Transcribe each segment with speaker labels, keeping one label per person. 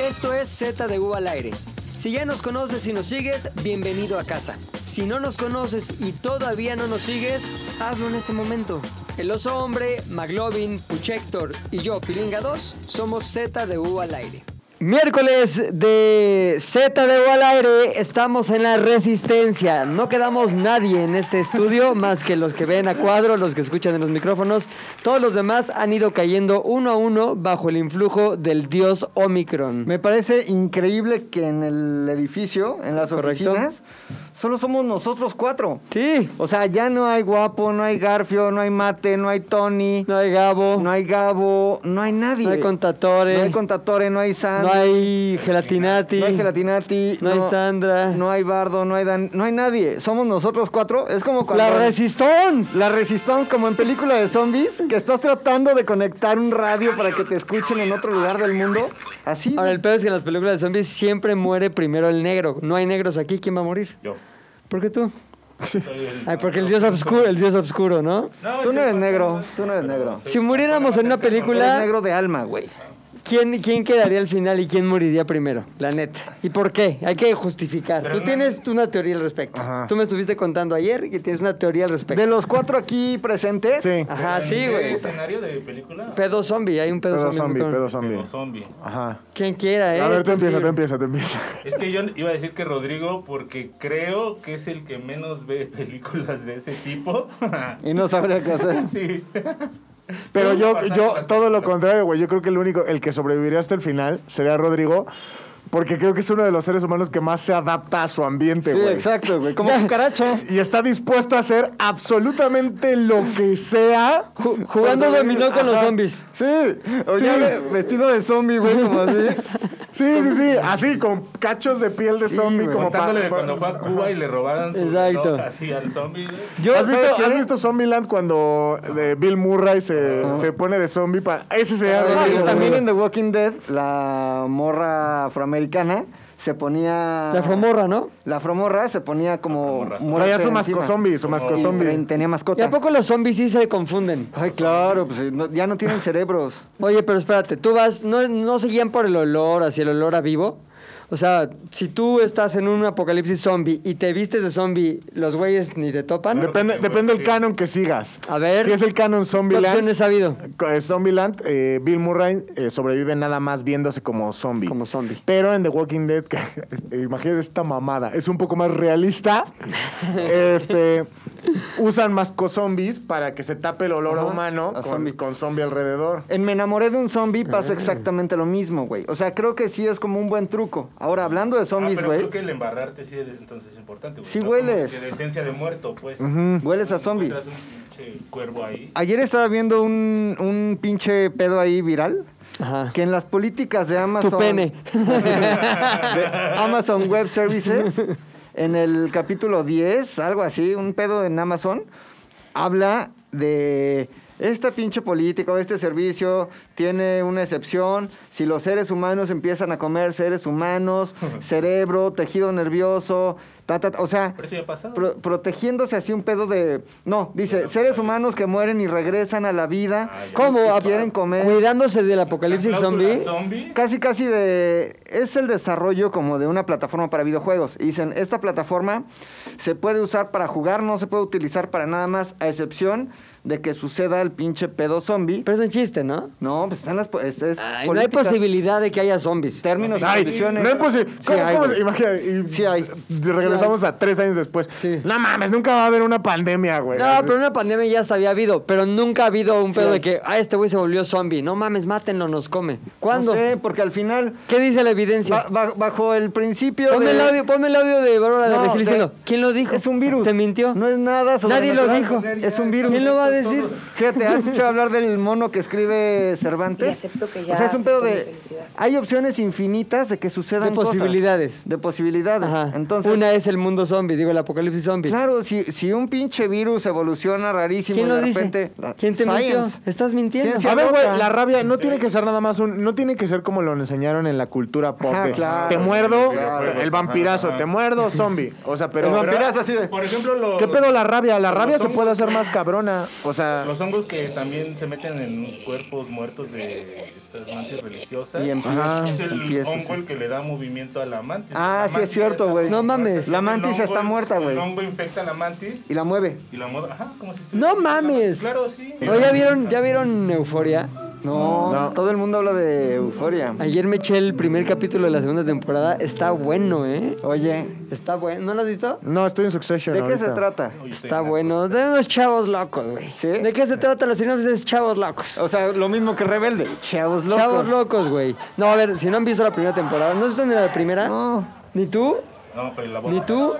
Speaker 1: Esto es Z de U al aire. Si ya nos conoces y nos sigues, bienvenido a casa. Si no nos conoces y todavía no nos sigues, hazlo en este momento. El oso hombre, Maglovin, Puchector y yo, Pilinga 2, somos Z de U al aire. Miércoles de Z de U al aire, estamos en la resistencia. No quedamos nadie en este estudio, más que los que ven a cuadro, los que escuchan en los micrófonos. Todos los demás han ido cayendo uno a uno bajo el influjo del dios Omicron.
Speaker 2: Me parece increíble que en el edificio, en las
Speaker 1: Correcto.
Speaker 2: oficinas, solo somos nosotros cuatro.
Speaker 1: Sí,
Speaker 2: O sea, ya no hay Guapo, no hay Garfio, no hay Mate, no hay Tony,
Speaker 1: no hay Gabo,
Speaker 2: no hay Gabo, no hay nadie.
Speaker 1: no hay Contatore,
Speaker 2: No hay Contatore, no hay Sandy,
Speaker 1: no hay Gelatinati,
Speaker 2: no hay Gelatinati,
Speaker 1: no hay Sandra.
Speaker 2: no hay Bardo, no hay Dan, no hay nadie. Somos nosotros cuatro. Es como cuando...
Speaker 1: La Resistance.
Speaker 2: La Resistance, como en película de zombies, que estás tratando de conectar un radio para que te escuchen en otro lugar del mundo. Así.
Speaker 1: Ahora, el peor es que en las películas de zombies siempre muere primero el negro. No hay negros aquí, ¿quién va a morir?
Speaker 3: Yo.
Speaker 1: ¿Por qué tú? Ay, porque el dios obscuro, el dios obscuro, ¿no?
Speaker 2: Tú no eres negro, tú no eres negro.
Speaker 1: Si muriéramos en una
Speaker 2: Tú eres
Speaker 1: película,
Speaker 2: negro de alma, güey.
Speaker 1: ¿quién, ¿quién quedaría al final y quién moriría primero? La neta. ¿Y por qué? Hay que justificar. Tú tienes una teoría al respecto.
Speaker 2: Ajá.
Speaker 1: Tú me estuviste contando ayer que tienes una teoría al respecto.
Speaker 2: De los cuatro aquí presentes,
Speaker 4: Sí.
Speaker 1: Ajá, sí,
Speaker 3: ¿En qué
Speaker 1: güey.
Speaker 3: escenario de película?
Speaker 1: Pedo zombie, hay un pedo,
Speaker 4: Pedo
Speaker 1: zombie.
Speaker 4: zombie,
Speaker 1: con-
Speaker 4: pedo zombie.
Speaker 3: Los zombie.
Speaker 4: Ajá.
Speaker 1: Quien quiera, ¿eh?
Speaker 4: A ver, tú
Speaker 1: Tú
Speaker 4: empieza, tú
Speaker 1: libre.
Speaker 4: empieza, tú empieza.
Speaker 3: Es que yo iba a decir que Rodrigo porque creo que es el que menos ve películas de ese tipo.
Speaker 2: y no sabría qué hacer.
Speaker 3: sí.
Speaker 4: Pero
Speaker 3: Sí,
Speaker 4: yo,
Speaker 3: pasaron
Speaker 4: yo,
Speaker 3: las
Speaker 4: todo lo
Speaker 3: películas.
Speaker 4: contrario, güey. Yo creo que el único, el que sobreviviría hasta el final sería Rodrigo, porque creo que es uno de los seres humanos que más se adapta a su ambiente,
Speaker 2: Sí,
Speaker 4: güey.
Speaker 2: exacto, güey. Como cucaracha.
Speaker 4: Y está dispuesto a hacer absolutamente lo que sea.
Speaker 1: Ju- Jugando dominó con los
Speaker 4: Ajá.
Speaker 1: zombies.
Speaker 4: Sí,
Speaker 2: O ya
Speaker 4: sí.
Speaker 2: ve- vestido de zombie, güey, como así.
Speaker 4: Sí, sí, sí. Así, con cachos de piel de
Speaker 2: Sí,
Speaker 4: zombie.
Speaker 2: güey.
Speaker 4: como pa-
Speaker 3: Contándole de
Speaker 4: pa-
Speaker 3: cuando fue a Cuba y le robaron su
Speaker 1: Exacto.
Speaker 3: reloj así al zombie. güey.
Speaker 1: Yo,
Speaker 4: ¿Has visto,
Speaker 2: ¿sabes qué?
Speaker 4: ¿Has visto Zombieland cuando eh, Bill Murray se, se pone de zombie para... Ese sería
Speaker 2: No, y
Speaker 4: Rodrigo.
Speaker 2: también
Speaker 4: güey.
Speaker 2: en The Walking Dead, la morra afroamericana se ponía.
Speaker 1: la fomorra, ¿no?
Speaker 2: La afromorra se ponía como.
Speaker 3: Afromorra, sí.
Speaker 2: morate
Speaker 4: Traía su
Speaker 2: encima. Y
Speaker 4: mascozombie, su
Speaker 2: ten-
Speaker 4: mascozombie.
Speaker 2: Tenía
Speaker 1: ¿Y
Speaker 2: mascota.
Speaker 1: a poco los zombies sí se confunden?
Speaker 2: Ay, claro, pues no- ya no tienen cerebros.
Speaker 1: Oye, pero espérate, tú vas, no, no se guían por el olor, así el olor a vivo. O sea, si tú estás en un apocalipsis zombie y te vistes de zombie, los güeyes ni te topan.
Speaker 4: Depende, depende del canon que sigas.
Speaker 1: A ver.
Speaker 4: Si es el canon
Speaker 1: ¿Qué opciones
Speaker 4: Zombieland,
Speaker 1: ha habido?
Speaker 4: eh, Zombieland eh, Bill Murray eh, sobrevive nada más viéndose como zombie.
Speaker 1: Como zombie.
Speaker 4: Pero en The Walking Dead, que- imagínate esta mamada, es un poco más realista. este, usan mascozombies para que se tape el olor a
Speaker 2: Ajá,
Speaker 4: humano
Speaker 2: a
Speaker 4: con
Speaker 2: zombie.
Speaker 4: con zombie alrededor.
Speaker 2: En Me enamoré de un zombie
Speaker 1: Ah.
Speaker 2: pasa exactamente lo mismo, güey. O sea, creo que sí es como un buen truco. Ahora, hablando de
Speaker 3: Ah,
Speaker 2: zombies,
Speaker 3: pero
Speaker 2: güey,
Speaker 3: creo que el embarrarte sí es entonces importante. güey,
Speaker 2: Sí
Speaker 3: Como
Speaker 2: hueles.
Speaker 3: Que de esencia de muerto, pues.
Speaker 2: hueles a zombie.
Speaker 3: Encuentras un pinche cuervo ahí.
Speaker 2: Ayer estaba viendo un, un pinche pedo ahí viral.
Speaker 1: Ajá.
Speaker 2: Que en las políticas de Amazon.
Speaker 1: Ah. Tu pene.
Speaker 2: de Amazon Web Services, en el capítulo 10, algo así, un pedo en Amazon, habla de esta pinche política o este servicio tiene una excepción. Si los seres humanos empiezan a comer seres humanos, cerebro, tejido nervioso, ta, ta, ta, o sea,
Speaker 3: Pero eso ya ha pasado.
Speaker 2: pro- protegiéndose así un pedo de... No, dice, seres humanos que mueren y regresan a la vida.
Speaker 3: Ah, ya.
Speaker 1: ¿Cómo?
Speaker 2: y
Speaker 1: Ah,
Speaker 2: quieren comer?
Speaker 1: Cuidándose del
Speaker 3: La
Speaker 1: apocalipsis
Speaker 3: cláusula
Speaker 1: zombie.
Speaker 3: zombie.
Speaker 2: Casi, casi de... Es el desarrollo como de una plataforma para videojuegos. Y dicen, esta plataforma se puede usar para jugar, no se puede utilizar para nada más, a excepción de que suceda el pinche pedo zombie.
Speaker 1: Pero es un chiste, ¿no?
Speaker 2: No, pues están las... po- Es, es
Speaker 1: Ay, no hay
Speaker 2: políticas,
Speaker 1: posibilidad de que haya zombies.
Speaker 2: Términos y
Speaker 4: Ay,
Speaker 2: condiciones.
Speaker 4: no es posible.
Speaker 2: Sí
Speaker 4: ¿Cómo,
Speaker 2: hay,
Speaker 4: cómo
Speaker 2: güey.
Speaker 4: se- imagina, y
Speaker 2: Sí hay.
Speaker 4: de- Regresamos a tres años después.
Speaker 1: Sí.
Speaker 4: No mames, nunca va a haber una pandemia, güey.
Speaker 1: No,
Speaker 4: Así.
Speaker 1: pero una pandemia ya se había habido, pero nunca ha habido un pedo
Speaker 2: Sí.
Speaker 1: de que, ah, este güey se volvió zombie. No mames, mátenlo, nos come. ¿Cuándo?
Speaker 2: No sé, porque al final,
Speaker 1: ¿Qué dice la evidencia?
Speaker 2: ba- ba- bajo el principio
Speaker 1: Ponme
Speaker 2: de...
Speaker 1: el audio, ponme el audio de Bárbara
Speaker 2: No,
Speaker 1: de Regil
Speaker 2: de-
Speaker 1: diciendo, ¿Quién lo dijo?
Speaker 2: Es un virus.
Speaker 1: ¿Te mintió?
Speaker 2: No es nada
Speaker 1: Nadie lo
Speaker 2: sobrenatural.
Speaker 3: dijo.
Speaker 2: Es un virus.
Speaker 1: ¿Quién lo va a decir?
Speaker 2: Fíjate, has hecho hablar del mono que escribe Cervantes.
Speaker 5: Y acepto que ya
Speaker 2: o sea, es un pedo
Speaker 5: acepto mi
Speaker 2: de.
Speaker 5: felicidad.
Speaker 2: Hay opciones infinitas de que sucedan
Speaker 1: De
Speaker 2: cosas.
Speaker 1: posibilidades.
Speaker 2: De posibilidades.
Speaker 1: Ajá.
Speaker 2: Entonces,
Speaker 1: Una es el mundo zombie, digo, el apocalipsis zombie.
Speaker 2: claro, si, si un pinche virus evoluciona rarísimo
Speaker 1: ¿Quién
Speaker 2: y de
Speaker 1: lo dice?
Speaker 2: repente. la-
Speaker 1: ¿Quién te mintió?
Speaker 2: Science.
Speaker 1: Estás mintiendo.
Speaker 2: Ciencia.
Speaker 4: A ver,
Speaker 2: loca.
Speaker 4: güey, la rabia no tiene que ser nada más un. No tiene que ser como lo enseñaron en la cultura pop.
Speaker 2: Ajá,
Speaker 4: de,
Speaker 2: claro.
Speaker 4: Te muerdo,
Speaker 2: Claro.
Speaker 3: pues,
Speaker 4: el vampirazo, te muerdo, zombie. O sea, pero.
Speaker 2: El vampirazo así de.
Speaker 3: Por ejemplo, los...
Speaker 4: ¿Qué pedo la rabia? La rabia se
Speaker 3: zombies.
Speaker 4: puede hacer más cabrona. O sea,
Speaker 3: Los hongos que también se meten en cuerpos muertos de estas mantis religiosas.
Speaker 2: Y empieza-
Speaker 3: es el
Speaker 2: empieza,
Speaker 3: hongo
Speaker 2: sí.
Speaker 3: el que le da movimiento a la mantis.
Speaker 2: Ah,
Speaker 3: La
Speaker 2: sí es
Speaker 3: mantis
Speaker 2: cierto,
Speaker 3: está-
Speaker 2: güey.
Speaker 1: No mames.
Speaker 3: Entonces,
Speaker 2: La
Speaker 3: el
Speaker 2: mantis
Speaker 3: hongo-
Speaker 2: está muerta, güey.
Speaker 3: El hongo infecta a la mantis
Speaker 2: Y la mueve.
Speaker 3: y la moda. Ajá, como si
Speaker 1: No
Speaker 3: estuviera.
Speaker 1: mames.
Speaker 3: Claro, sí.
Speaker 1: No, ¿ya vieron, ya vieron Euforia?
Speaker 2: No,
Speaker 4: No.
Speaker 2: todo el mundo habla de euforia.
Speaker 1: Ayer me eché el primer capítulo de la segunda temporada. Está bueno, ¿eh?
Speaker 2: Oye,
Speaker 1: Está bueno. ¿No lo has visto?
Speaker 4: no, estoy en Succession.
Speaker 2: ¿de qué se
Speaker 4: ahorita.
Speaker 2: trata?
Speaker 3: Oye,
Speaker 1: Está
Speaker 3: tenga-
Speaker 1: Ah, bueno. De unos chavos locos, güey.
Speaker 2: ¿Sí?
Speaker 1: ¿De qué se trata la sinopsis? Chavos locos.
Speaker 2: O sea, lo mismo que Rebelde. Chavos locos.
Speaker 1: Chavos locos, güey. No, a ver, si no han visto la primera temporada, ¿no has visto ni la primera?
Speaker 2: No.
Speaker 1: ¿Ni tú?
Speaker 3: No, pero la
Speaker 1: ¿Ni
Speaker 3: boda.
Speaker 1: tú?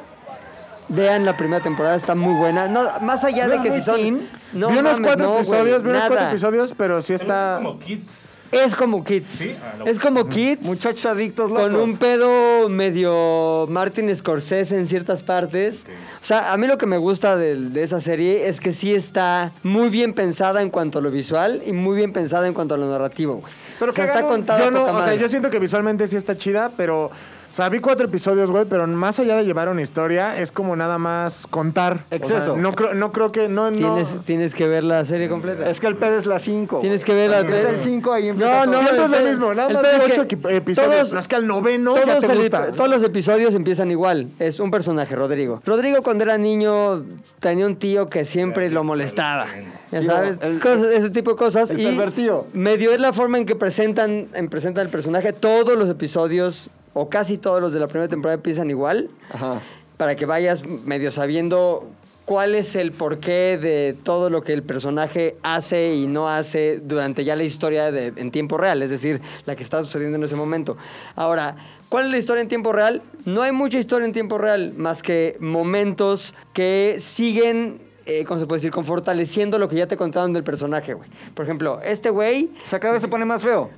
Speaker 1: Vean la primera temporada, está muy buena. No, más allá de que si son.
Speaker 2: rating?
Speaker 1: No,
Speaker 4: vi unos
Speaker 1: mames,
Speaker 4: cuatro
Speaker 1: no, güey,
Speaker 4: episodios, vi unos cuatro
Speaker 1: nada.
Speaker 4: episodios, pero sí está.
Speaker 3: Como kids.
Speaker 1: Es como Kids.
Speaker 3: Sí, a lo-
Speaker 1: Es como Kids.
Speaker 2: Muchachos adictos locos.
Speaker 1: con un pedo medio Martin Scorsese en ciertas partes. O sea, a mí lo que me gusta del- de, esa serie es que sí está muy bien pensada en cuanto a lo visual y muy bien pensada en cuanto a lo narrativo, güey.
Speaker 2: Pero
Speaker 1: o sea,
Speaker 2: que
Speaker 1: está
Speaker 2: hagan un-
Speaker 1: contada
Speaker 4: Yo no,
Speaker 1: poca
Speaker 4: o sea,
Speaker 1: madre.
Speaker 4: yo siento que visualmente sí está chida, pero. O sea, vi cuatro episodios, güey, pero más allá de llevar una historia, es como nada más contar. O sea,
Speaker 2: Exceso.
Speaker 4: no, creo, no creo que. No, Mm, no.
Speaker 1: tienes, tienes que ver la serie completa.
Speaker 2: Es que el pedo es la 5.
Speaker 1: Tienes que ver la
Speaker 2: Empieza el 5 ahí
Speaker 1: No,
Speaker 2: empieza
Speaker 1: no,
Speaker 2: todo.
Speaker 4: Siempre es
Speaker 1: el
Speaker 4: lo
Speaker 1: pe-
Speaker 4: mismo, nada
Speaker 1: el
Speaker 4: más
Speaker 1: pedo
Speaker 4: de
Speaker 1: es
Speaker 4: ocho
Speaker 1: que
Speaker 4: equi- episodios.
Speaker 1: todos-
Speaker 4: Más que al noveno
Speaker 1: todos,
Speaker 4: ya te
Speaker 1: el-
Speaker 4: gusta.
Speaker 1: todos los episodios empiezan igual. Es un personaje, Rodrigo. Rodrigo cuando era niño tenía un tío que siempre lo molestaba. Ya
Speaker 2: Tío,
Speaker 1: sabes,
Speaker 2: el-
Speaker 1: cosas- ese tipo de cosas.
Speaker 2: el
Speaker 1: y
Speaker 2: pervertido.
Speaker 1: medio es la forma en que presentan, en presentan el personaje. Todos los episodios, o casi todos los de la primera temporada empiezan igual.
Speaker 2: Ajá.
Speaker 1: Para que vayas medio sabiendo cuál es el porqué de todo lo que el personaje hace y no hace durante ya la historia de- en tiempo real, es decir, la que está sucediendo en ese momento. Ahora, ¿cuál es la historia en tiempo real? No hay mucha historia en tiempo real, más que momentos que siguen, eh, ¿cómo se puede decir?, con fortaleciendo lo que ya te contaron del personaje, güey. Por ejemplo, este güey...
Speaker 2: Se cada vez se pone más feo.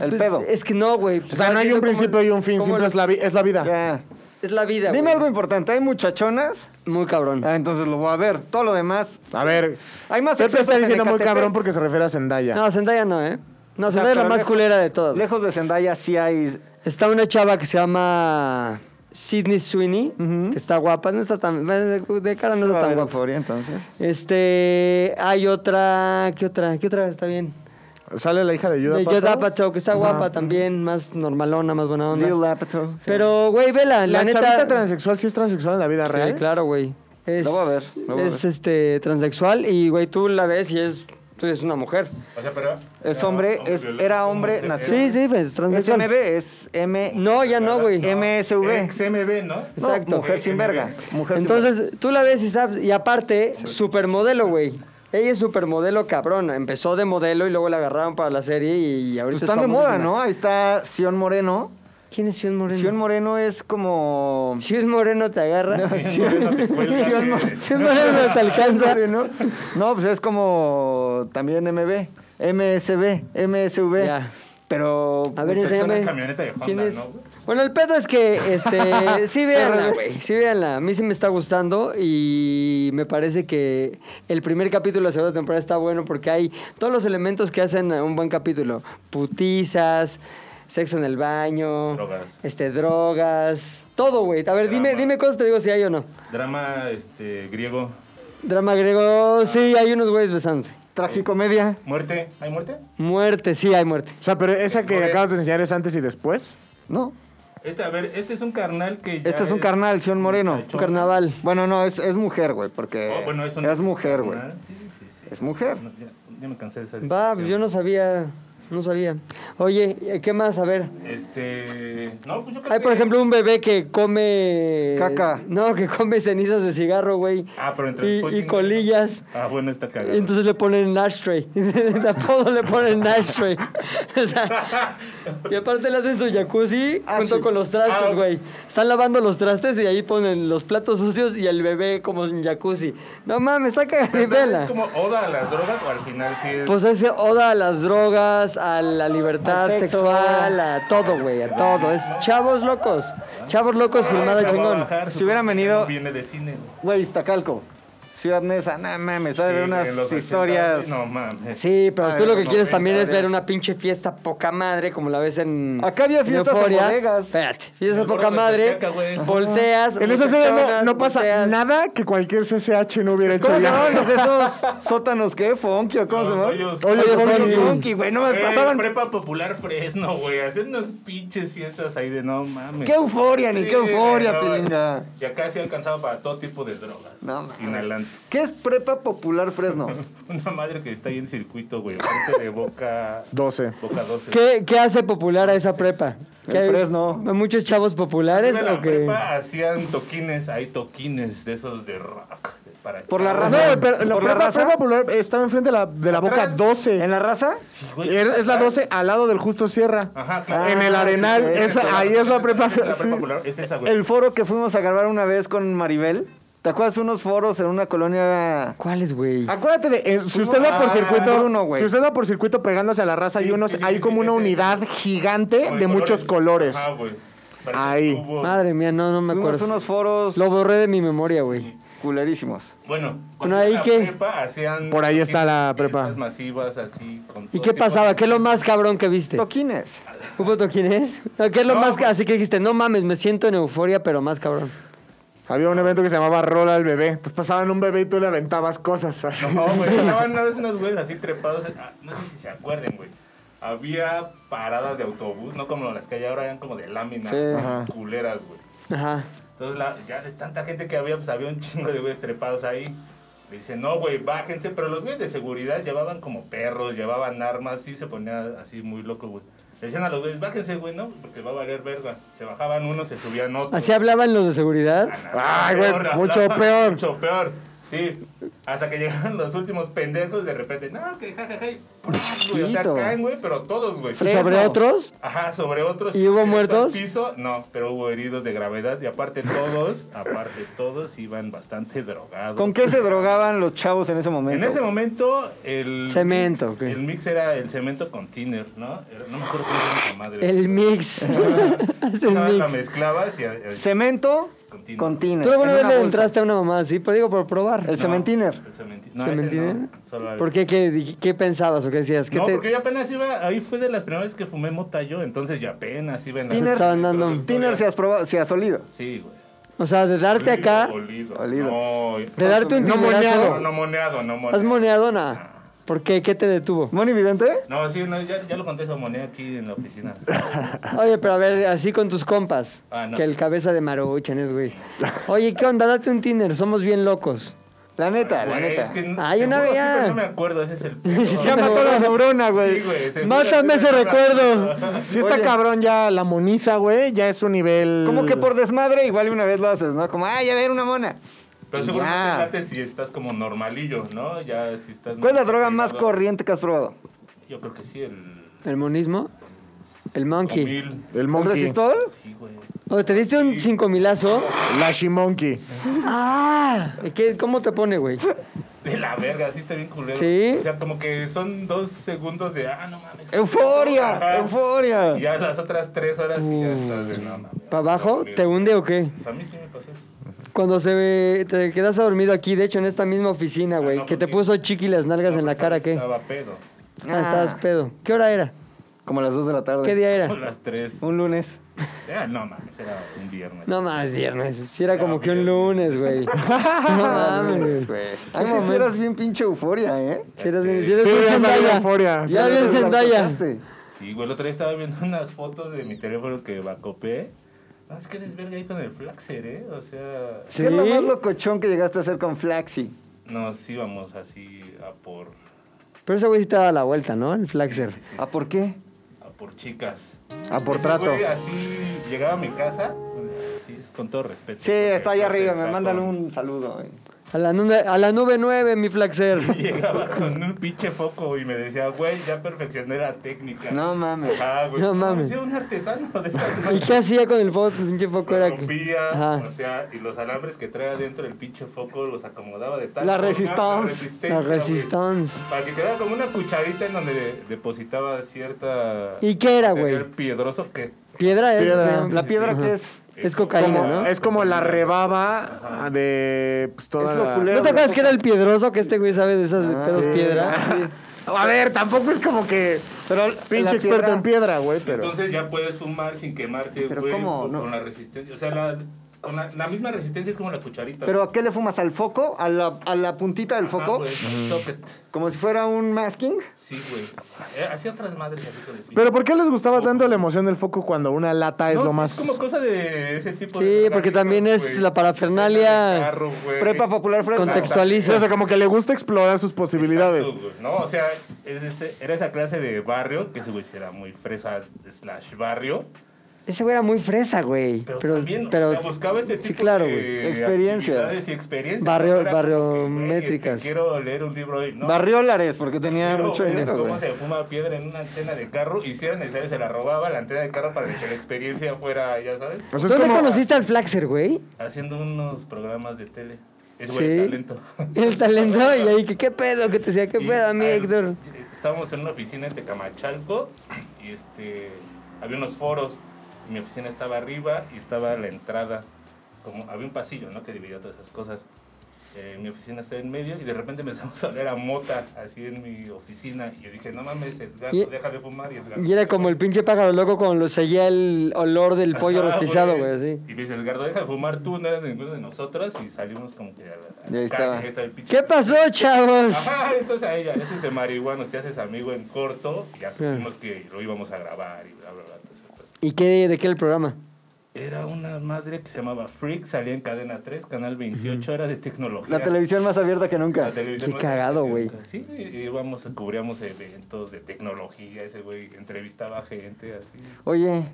Speaker 2: El
Speaker 1: pues,
Speaker 2: pedo.
Speaker 1: Es que no, güey.
Speaker 4: O sea, no hay un principio y un fin, siempre es la, vi- es la vida.
Speaker 2: Ya.
Speaker 1: Es la vida,
Speaker 2: Dime
Speaker 1: güey.
Speaker 2: algo importante. ¿Hay muchachonas?
Speaker 1: Muy cabrón.
Speaker 2: Ah, entonces lo voy a ver. Todo lo demás.
Speaker 4: A ver.
Speaker 2: Hay más
Speaker 4: Pepe
Speaker 2: excesos
Speaker 4: está
Speaker 2: en
Speaker 4: diciendo muy
Speaker 2: Ecatepec.
Speaker 4: cabrón porque se refiere a Zendaya.
Speaker 1: No, Zendaya no, ¿eh? No,
Speaker 2: O sea,
Speaker 1: Zendaya es la
Speaker 2: pero
Speaker 1: más
Speaker 2: lejos-
Speaker 1: culera de todas.
Speaker 2: Lejos de Zendaya sí hay.
Speaker 1: Está una chava que se llama Sidney Sweeney, que está guapa, no está tan... De de cara no
Speaker 2: se
Speaker 1: está
Speaker 2: va a
Speaker 1: tan
Speaker 2: ver
Speaker 1: guapa.
Speaker 2: euforia, entonces.
Speaker 1: Este, hay otra, ¿qué otra? ¿Qué otra está bien?
Speaker 4: Sale la hija de Yuda
Speaker 1: De
Speaker 4: Pato.
Speaker 1: Judd Apatow, que está guapa también, más normalona, más buena onda.
Speaker 2: Lil Apatow. sí.
Speaker 1: Pero, güey, vela, la,
Speaker 4: La,
Speaker 1: neta...
Speaker 4: chavita transexual sí es transexual en la vida
Speaker 1: Sí,
Speaker 4: real.
Speaker 1: claro, güey. Es,
Speaker 2: Lo voy a ver, lo voy a
Speaker 1: es,
Speaker 2: ver.
Speaker 1: este, transexual y, güey, tú la ves y es, tú eres una mujer.
Speaker 3: O sea, pero.
Speaker 2: Es
Speaker 3: era
Speaker 2: hombre, es-
Speaker 3: violento,
Speaker 2: era hombre,
Speaker 3: se-
Speaker 2: nació-
Speaker 1: Sí, sí, es
Speaker 2: Es
Speaker 1: transexual.
Speaker 2: MB, es M.
Speaker 1: No, ya no, güey.
Speaker 2: MSV.
Speaker 3: XMB, ¿no?
Speaker 2: No,
Speaker 1: Exacto.
Speaker 2: mujer sin verga. Mujer sin
Speaker 1: Entonces, tú la ves y sabes, y aparte, supermodelo, güey. Ella es supermodelo cabrón. Empezó de modelo y luego la agarraron para la serie y ahorita
Speaker 2: Pues
Speaker 1: está
Speaker 2: están de moda,
Speaker 1: famosísima.
Speaker 2: ¿no? Ahí está Sion Moreno.
Speaker 1: ¿Quién es Sion Moreno?
Speaker 2: Sion
Speaker 1: Sion,
Speaker 2: Moreno es como.
Speaker 1: Moreno te agarra.
Speaker 3: No te cuelgas,
Speaker 2: Sí,
Speaker 3: eh.
Speaker 2: no.
Speaker 1: Sion Moreno te alcanza.
Speaker 2: Moreno. No, pues es como también MB, MSB, MSV.
Speaker 1: Ya.
Speaker 2: Pero.
Speaker 1: A ver,
Speaker 3: Pues es una
Speaker 1: enséñame.
Speaker 3: camioneta de Honda,
Speaker 1: ¿Quién es?
Speaker 3: ¿no, güey?
Speaker 1: Bueno, el pedo es que, este, sí véanla, güey, sí véanla. A mí sí me está gustando y me parece que el primer capítulo de la segunda temporada está bueno porque hay todos los elementos que hacen a un buen capítulo. Putizas, sexo en el baño,
Speaker 3: Drogas.
Speaker 1: este, drogas, todo, güey. A ver, dime,
Speaker 3: Drama.
Speaker 1: dime cosas, te digo si hay o no.
Speaker 3: Drama este, griego.
Speaker 1: Drama griego, sí,
Speaker 3: Ah.
Speaker 1: hay unos güeyes besándose.
Speaker 2: Tragicomedia.
Speaker 3: ¿Muerte? ¿Hay muerte?
Speaker 1: Muerte, sí, hay muerte.
Speaker 4: O sea, pero esa que
Speaker 3: Oye.
Speaker 4: acabas de enseñar es antes y después.
Speaker 2: ¿No?
Speaker 3: Este, a ver, este es un carnal que ya
Speaker 2: Este es un carnal, Sion Moreno.
Speaker 1: Un carnaval.
Speaker 2: Bueno, no, es, es mujer, güey, porque.
Speaker 3: Oh, bueno,
Speaker 2: es,
Speaker 3: eso no
Speaker 2: mujer, güey.
Speaker 3: carnal. Sí, sí, sí, sí.
Speaker 2: Es mujer.
Speaker 3: No, ya, ya me cansé de esa
Speaker 1: Va,
Speaker 3: discusión.
Speaker 1: pues yo no sabía, no sabía. Oye, eh, ¿qué más? A ver.
Speaker 3: Este. No, pues yo creo
Speaker 1: Hay, por
Speaker 3: que-
Speaker 1: ejemplo, un bebé que come...
Speaker 2: Caca.
Speaker 1: No, que come cenizas de cigarro, güey.
Speaker 3: Ah, pero entre
Speaker 1: Y,
Speaker 3: después
Speaker 1: y
Speaker 3: tiene-
Speaker 1: colillas.
Speaker 3: Ah, bueno, está cagado.
Speaker 1: Y entonces le ponen ashtray. De apodo le ponen ashtray. O sea, y aparte le hacen su jacuzzi
Speaker 2: Ah,
Speaker 1: junto
Speaker 2: sí.
Speaker 1: con los
Speaker 3: Ah,
Speaker 1: trastes,
Speaker 3: ok.
Speaker 1: güey. Están lavando los trastes y ahí ponen los platos sucios y el bebé como en jacuzzi. No mames, saca
Speaker 3: Pero
Speaker 1: de
Speaker 3: entonces,
Speaker 1: vela.
Speaker 3: ¿Es como oda a las drogas o al final sí es.
Speaker 1: Pues ese oda a las drogas, a la libertad
Speaker 2: Al sexo.
Speaker 1: sexual, a todo, güey, a todo. Es chavos locos. Chavos locos filmada
Speaker 3: Va a
Speaker 1: chingón.
Speaker 3: bajar,
Speaker 2: Si hubieran venido-
Speaker 3: Viene de cine, güey.
Speaker 2: Güey, Iztacalco. Ciudad Nesa, no mames, sabe
Speaker 3: Sí,
Speaker 2: ver unas
Speaker 3: en los 80,
Speaker 2: historias.
Speaker 3: No mames.
Speaker 1: Sí, pero
Speaker 2: A
Speaker 1: tú
Speaker 2: ver,
Speaker 1: lo que
Speaker 2: no,
Speaker 1: quieres
Speaker 2: no,
Speaker 1: también es
Speaker 2: historias.
Speaker 1: ver una pinche fiesta poca madre, como la ves en.
Speaker 2: Acá había
Speaker 1: en
Speaker 2: fiestas en
Speaker 1: Euphoria.
Speaker 2: bodegas.
Speaker 1: Espérate,
Speaker 3: En
Speaker 1: fiesta
Speaker 3: el
Speaker 1: poca
Speaker 3: Bordo de
Speaker 1: madre,
Speaker 3: Tepeaca, güey.
Speaker 1: volteas.
Speaker 4: En esa serie no,
Speaker 1: muchachonas,
Speaker 4: no pasa
Speaker 1: volteas.
Speaker 4: nada que cualquier CCH no hubiera hecho
Speaker 2: ¿Cómo se
Speaker 4: ya.
Speaker 2: llamaban los de esos sótanos qué? ¿Funky o cómo se
Speaker 3: Los
Speaker 2: llamaban?
Speaker 3: hoyos.
Speaker 4: Oye,
Speaker 2: Hoyos
Speaker 4: Funky.
Speaker 2: Funky, güey, no me
Speaker 3: Güey,
Speaker 2: pasaban.
Speaker 3: Prepa Popular Fresno, güey. Hacer unas pinches fiestas ahí de no mames.
Speaker 2: ¡Qué euforia, ni
Speaker 3: Sí,
Speaker 2: qué euforia,
Speaker 3: güey, no,
Speaker 2: pilinga!
Speaker 3: Y acá sí alcanzaba para todo tipo de drogas.
Speaker 2: No mames.
Speaker 3: Inhalantes.
Speaker 2: ¿Qué es prepa popular Fresno?
Speaker 3: Una madre que está ahí en circuito, güey. Parte de boca.
Speaker 4: 12.
Speaker 3: Boca 12.
Speaker 1: ¿Qué, qué hace popular a esa prepa?
Speaker 2: El
Speaker 1: ¿Que hay
Speaker 2: Fresno.
Speaker 1: ¿Muchos chavos populares
Speaker 3: En la
Speaker 1: o qué?
Speaker 3: prepa hacían toquines, hay toquines de esos de rock. de para-
Speaker 2: Por la
Speaker 4: No,
Speaker 2: raza.
Speaker 4: güey, pero la
Speaker 2: ¿Por la
Speaker 4: prepa,
Speaker 2: raza?
Speaker 4: prepa popular estaba enfrente de la, de la boca
Speaker 3: ¿Atrás?
Speaker 4: 12.
Speaker 2: ¿En la raza?
Speaker 3: Sí, güey.
Speaker 4: Er, Es es la 12 al lado del Justo Sierra.
Speaker 3: Ajá, claro.
Speaker 4: En el
Speaker 2: Ah,
Speaker 4: Arenal.
Speaker 2: sí, sí,
Speaker 4: esa-
Speaker 3: Esa,
Speaker 4: ahí es la prepa.
Speaker 3: esa es
Speaker 4: sí.
Speaker 3: la popular, es esa, güey.
Speaker 2: El foro que fuimos a grabar una vez con Maribel. ¿Te acuerdas unos foros en una colonia?
Speaker 1: ¿Cuáles, güey?
Speaker 4: Acuérdate de, eh, si usted va por
Speaker 2: Ah,
Speaker 4: circuito,
Speaker 2: uno, güey.
Speaker 4: si usted va por circuito pegándose a la raza, hay
Speaker 3: Sí,
Speaker 4: unos,
Speaker 3: sí, sí,
Speaker 4: hay
Speaker 3: sí,
Speaker 4: como una
Speaker 3: ese,
Speaker 4: unidad
Speaker 3: ese.
Speaker 4: gigante de
Speaker 3: Con
Speaker 4: muchos colores.
Speaker 3: Ajá, güey. Parece
Speaker 4: Ahí.
Speaker 3: un cubo.
Speaker 1: Madre mía, no, no me
Speaker 2: Fuimos
Speaker 1: acuerdo.
Speaker 2: unos foros
Speaker 1: Lo borré de mi memoria, güey.
Speaker 2: culerísimos.
Speaker 3: Bueno,
Speaker 1: Bueno, ahí
Speaker 3: la
Speaker 1: qué.
Speaker 3: prepa hacían
Speaker 4: Por ahí está la
Speaker 3: fiestas
Speaker 4: prepa.
Speaker 3: masivas así con
Speaker 1: ¿Y
Speaker 3: todo
Speaker 1: qué
Speaker 3: tipo de-
Speaker 1: pasaba? ¿Qué es lo más cabrón que viste?
Speaker 2: Toquines.
Speaker 1: ¿Hubo toquines? No, ¿Qué es lo
Speaker 3: No,
Speaker 1: más ca-
Speaker 3: güey.
Speaker 1: Así que dijiste, no mames, me siento en euforia, pero más cabrón.
Speaker 4: Había un evento que se llamaba Rola al bebé. Entonces pasaban un bebé y tú le aventabas cosas. así.
Speaker 3: No, güey, estaban una vez unos güeyes así trepados. ah, No sé si se acuerden, güey. Había paradas de autobús, no como las que hay ahora, eran como de láminas,
Speaker 2: Sí.
Speaker 4: Ajá.
Speaker 3: culeras, güey.
Speaker 1: Ajá.
Speaker 3: Entonces, la- ya de tanta gente que había, pues había un chingo de güeyes trepados ahí. Le dicen, no, güey, bájense. Pero los güeyes de seguridad llevaban como perros, llevaban armas, y se ponía así muy loco, güey. Le decían a los güeyes, bájense, güey, ¿no? Porque va a valer verga. Se bajaban unos, se subían otros.
Speaker 1: ¿Así hablaban los de seguridad?
Speaker 4: Ay, güey,
Speaker 3: Peor,
Speaker 4: mucho
Speaker 3: hablaba,
Speaker 4: peor.
Speaker 3: Mucho peor. Sí, hasta que llegaron los últimos pendejos, de repente, no, que jajaja, y ¡pras! güey, o sea,
Speaker 2: Quito.
Speaker 3: caen, güey, pero todos, güey.
Speaker 1: ¿Y sobre
Speaker 2: Fresno.
Speaker 1: otros?
Speaker 3: Ajá, sobre otros.
Speaker 1: ¿Y hubo
Speaker 3: directo al
Speaker 1: muertos?
Speaker 3: Piso, no, pero hubo heridos de gravedad y aparte todos, aparte todos iban bastante drogados.
Speaker 2: ¿Con qué se drogaban los chavos en ese
Speaker 3: En
Speaker 2: momento?
Speaker 3: ese momento el
Speaker 1: Cemento,
Speaker 3: mix,
Speaker 1: ok.
Speaker 3: el mix era el cemento con tiner, ¿no? Era- No me acuerdo cómo se llama esa madre.
Speaker 1: El mix. Es el
Speaker 3: Nada más La
Speaker 1: mix.
Speaker 3: mezclabas y eh, a- a-
Speaker 2: Cemento
Speaker 3: con tiner.
Speaker 2: con tiner.
Speaker 1: ¿Tú alguna
Speaker 2: en
Speaker 1: vez
Speaker 2: una
Speaker 1: le
Speaker 2: bolsa.
Speaker 1: entraste a una mamá así? Pero digo, por probar.
Speaker 2: El
Speaker 3: No,
Speaker 2: cementiner.
Speaker 3: el cementi- no, ese
Speaker 1: ¿Cementiner?
Speaker 3: no, solo había-
Speaker 1: ¿Por qué? ¿Qué, qué pensabas o qué decías? ¿Qué
Speaker 3: no,
Speaker 1: te-
Speaker 3: porque yo apenas iba, ahí fue de las primeras veces que fumé mota yo, entonces ya apenas iba en la...
Speaker 2: Tiner.
Speaker 1: Estaban dando-
Speaker 2: Tiner se has probado, se has olido.
Speaker 3: Sí, güey.
Speaker 1: O sea, de darte acá,
Speaker 3: Olido.
Speaker 2: Olido.
Speaker 3: No,
Speaker 1: de darte un
Speaker 4: No
Speaker 1: tiberazo-
Speaker 4: moneado.
Speaker 3: No, no moneado, no moneado.
Speaker 1: ¿Has moneado nada? ¿Por qué? ¿Qué te detuvo?
Speaker 2: ¿Moni Vidente?
Speaker 3: No, sí, no, ya, ya lo conté, eso moneé aquí en la oficina.
Speaker 1: Oye, pero a ver, así con tus compas.
Speaker 3: Ah, no.
Speaker 1: Que el cabeza de Maruchan es, güey. Oye, ¿qué onda? Date un Tinder, somos bien locos.
Speaker 2: La neta, la
Speaker 3: Güey,
Speaker 2: neta.
Speaker 3: es que no-
Speaker 1: Ay,
Speaker 3: te
Speaker 1: una
Speaker 3: juro,
Speaker 1: vez ya.
Speaker 3: sí, pero No me acuerdo, ese es el...
Speaker 1: Ya mató la
Speaker 2: neurona,
Speaker 3: Sí, güey, se-
Speaker 1: Mátame ese recuerdo.
Speaker 4: Si está
Speaker 2: Oye.
Speaker 4: cabrón ya la moniza, güey, ya es un nivel.
Speaker 2: Como que por desmadre igual una vez lo haces, ¿no? Como, ay, a ver, una mona.
Speaker 3: Pero
Speaker 2: Y
Speaker 3: seguro que
Speaker 2: ya.
Speaker 3: te late si estás como normalillo, ¿no? Ya si estás...
Speaker 2: ¿Cuál es la droga más
Speaker 3: pegado.
Speaker 2: corriente que has probado?
Speaker 3: Yo creo que sí, el...
Speaker 1: ¿El monismo? El monkey.
Speaker 3: Mil.
Speaker 4: El
Speaker 2: ¿El
Speaker 4: monkey.
Speaker 2: resistol?
Speaker 3: Sí, güey.
Speaker 1: O te diste un cinco milazo.
Speaker 4: La Shimonkey.
Speaker 1: ¡Ah! ¿Qué- ¿Cómo te pone, güey?
Speaker 3: De la verga, sí está bien culero.
Speaker 1: ¿Sí?
Speaker 3: O sea, como que son dos segundos de, ah, no mames.
Speaker 2: ¡Euforia!
Speaker 3: Ajá.
Speaker 2: ¡Euforia!
Speaker 3: Y ya las otras tres horas sí ya estás de, no mames.
Speaker 1: ¿Para abajo? ¿Te hunde o qué?
Speaker 3: Pues a mí sí me pasó eso.
Speaker 1: Cuando se ve, te quedas dormido aquí, de hecho, en esta misma oficina, güey.
Speaker 3: no,
Speaker 1: que te
Speaker 3: porque-
Speaker 1: puso chiqui las nalgas en la cara, ¿qué?
Speaker 3: pues, Estaba pedo.
Speaker 1: Ah, estabas pedo. ¿Qué hora era?
Speaker 2: Como a las 2 de la tarde.
Speaker 1: ¿Qué día
Speaker 3: Como
Speaker 1: era?
Speaker 3: las tres.
Speaker 2: Un lunes.
Speaker 3: Era, no mames, era un viernes.
Speaker 1: No más viernes. Si era
Speaker 3: Ah,
Speaker 1: como que un
Speaker 3: mira.
Speaker 1: lunes, güey. No mames, güey.
Speaker 2: Antes sí eras bien pinche euforia, ¿eh?
Speaker 1: Si eres, si
Speaker 3: Sí,
Speaker 1: eres
Speaker 4: Sí,
Speaker 1: bien
Speaker 4: ya andaba
Speaker 1: Zendaya.
Speaker 4: euforia.
Speaker 1: Ya
Speaker 2: Sí,
Speaker 1: bien
Speaker 2: te
Speaker 1: Zendaya.
Speaker 2: blanqueaste.
Speaker 3: Sí, güey, el otro día estaba viendo unas fotos de mi teléfono que bacopé. No, es que eres verga ahí con el Flaxer, ¿eh? O sea,
Speaker 1: Sí.
Speaker 2: ¿Qué es lo más locochón que llegaste a hacer con Flaxi?
Speaker 3: nos íbamos así a por,
Speaker 1: Pero ese güey sí te daba la vuelta, ¿no? El Flaxer.
Speaker 2: ¿Ah, por qué?
Speaker 3: a Ah, por chicas.
Speaker 1: Ah,
Speaker 4: A por
Speaker 3: Ese
Speaker 4: trato.
Speaker 3: güey así llegaba a mi casa, sí, es con todo respeto.
Speaker 2: Sí,
Speaker 3: porque
Speaker 2: está allá
Speaker 3: pues
Speaker 2: arriba,
Speaker 3: está
Speaker 2: me mandan
Speaker 3: con-
Speaker 2: un saludo. güey.
Speaker 1: A la, nube, a la nube 9, mi Flaxer.
Speaker 3: Llegaba con un pinche foco y me decía, güey, ya perfeccioné la técnica.
Speaker 2: No mames.
Speaker 3: Ajá, güey.
Speaker 1: No mames.
Speaker 3: Parecía un artesano de
Speaker 1: ¿Y
Speaker 3: estas
Speaker 1: qué hacía con el foco? Pinche foco
Speaker 3: Lo
Speaker 1: era que...
Speaker 3: rompía,
Speaker 1: Ajá.
Speaker 3: o sea, y los alambres que traía dentro del pinche foco los acomodaba de tal
Speaker 2: La
Speaker 3: forma,
Speaker 2: resistance.
Speaker 3: resistencia,
Speaker 1: La
Speaker 3: güey,
Speaker 1: Resistance.
Speaker 3: Para que quedara como una cucharita en donde de- depositaba cierta...
Speaker 1: ¿Y qué era, güey?
Speaker 3: material piedroso que
Speaker 1: ¿Piedra es?
Speaker 4: Piedra.
Speaker 1: sí.
Speaker 2: ¿La piedra qué es? Es cocaína,
Speaker 4: Como-
Speaker 2: ¿no?
Speaker 4: Es como la rebaba de pues, toda
Speaker 2: Es lo
Speaker 4: la-
Speaker 2: culero.
Speaker 4: No
Speaker 1: ¿No te acuerdas que era el piedroso que este güey sabe de esas de
Speaker 2: Ah,
Speaker 1: pedos
Speaker 4: sí.
Speaker 1: piedra?
Speaker 2: Sí.
Speaker 4: te- A ver, tampoco es como que
Speaker 2: Pero
Speaker 4: pinche
Speaker 2: la
Speaker 4: experto
Speaker 2: piedra-
Speaker 4: en piedra, güey, pero...
Speaker 3: Entonces ya puedes fumar sin quemarte,
Speaker 2: Pero
Speaker 3: güey, pues,
Speaker 2: ¿cómo?
Speaker 3: con
Speaker 2: No.
Speaker 3: con la resistencia. O sea, la, con la, la misma resistencia es como la cucharita. Ah,
Speaker 2: ¿Pero a qué le fumas? ¿Al foco? ¿A la, a la puntita del
Speaker 3: el
Speaker 2: foco?
Speaker 3: Socket.
Speaker 2: Como si fuera un masking.
Speaker 3: Sí, güey. Eh, hacía otras madres así con el pinche.
Speaker 4: ¿Pero por qué les gustaba tanto la emoción del foco cuando una lata es
Speaker 3: No,
Speaker 4: lo
Speaker 3: sí,
Speaker 4: más...?
Speaker 3: como cosa de ese tipo
Speaker 1: Sí,
Speaker 3: de.
Speaker 1: porque también es
Speaker 3: güey.
Speaker 1: la parafernalia
Speaker 3: El carro, güey.
Speaker 2: Prepa popular fresca.
Speaker 4: O sea, o
Speaker 1: Contextualiza.
Speaker 4: sea, como que le gusta explorar sus posibilidades.
Speaker 3: Exacto, güey, no, o sea, es ese- era esa clase de barrio que ese güey sí era muy fresa slash barrio.
Speaker 1: Ese güey era muy fresa, güey.
Speaker 3: Pero,
Speaker 1: Pero,
Speaker 3: también,
Speaker 1: pero-
Speaker 3: o sea, buscaba este tipo
Speaker 1: Sí, claro, güey.
Speaker 3: de
Speaker 2: Experiencias.
Speaker 3: actividades y experiencias.
Speaker 1: Barrio-
Speaker 3: No era como que, güey,
Speaker 1: barriométricas.
Speaker 3: este, quiero leer un libro hoy. No,
Speaker 2: Barriolares, porque tenía
Speaker 3: Quiero
Speaker 2: mucho
Speaker 3: ver
Speaker 2: dinero,
Speaker 3: cómo
Speaker 2: güey.
Speaker 3: se fuma piedra en una antena de carro y si era necesario se la robaba la antena de carro para que la experiencia fuera, ya sabes,
Speaker 4: O sea, Pues es
Speaker 1: ¿Dónde
Speaker 4: como-
Speaker 1: conociste al Flaxer, güey?
Speaker 3: haciendo unos programas de tele. Es
Speaker 1: Sí.
Speaker 3: buen talento.
Speaker 1: El talento y ahí que qué pedo, que te decía qué
Speaker 3: Y,
Speaker 1: pedo a mí,
Speaker 3: ah,
Speaker 1: Héctor.
Speaker 3: Estábamos en una oficina en Tecamachalco y este, había unos foros. y Mi oficina estaba arriba y estaba la entrada. Como, había un pasillo, ¿no? Que dividía todas esas cosas. Eh, mi oficina está en medio y de repente empezamos a oler a mota así en mi oficina. Y yo dije, no mames, Edgar,
Speaker 1: Y-
Speaker 3: deja de fumar. Y, Edgardo,
Speaker 1: Y era como el pinche pájaro loco cuando lo seguía el olor del pollo
Speaker 3: Ajá,
Speaker 1: rostizado, güey, así.
Speaker 3: Y me dice, Edgardo, deja de fumar tú, no eres ninguno de nosotras. Y salimos como que a la-
Speaker 2: Y ahí
Speaker 3: a la calle,
Speaker 2: estaba.
Speaker 3: ahí está el pinche-
Speaker 1: ¿Qué pasó, chavos?
Speaker 3: Ajá, entonces ahí ya le haces de marihuano, te haces amigo en corto y ya supimos que lo íbamos a grabar y bla, bla, bla. todo ese pedo.
Speaker 1: ¿Y qué, de qué era el programa?
Speaker 3: Era una madre que se llamaba Freak, salía en cadena 3, canal 28, era de tecnología.
Speaker 2: La televisión más abierta que
Speaker 3: La
Speaker 2: nunca.
Speaker 3: televisión
Speaker 1: Qué
Speaker 3: más
Speaker 1: cagado,
Speaker 3: abierta que nunca. Sí, íbamos, cubríamos eventos de tecnología, ese güey entrevistaba a gente así.
Speaker 2: Oye,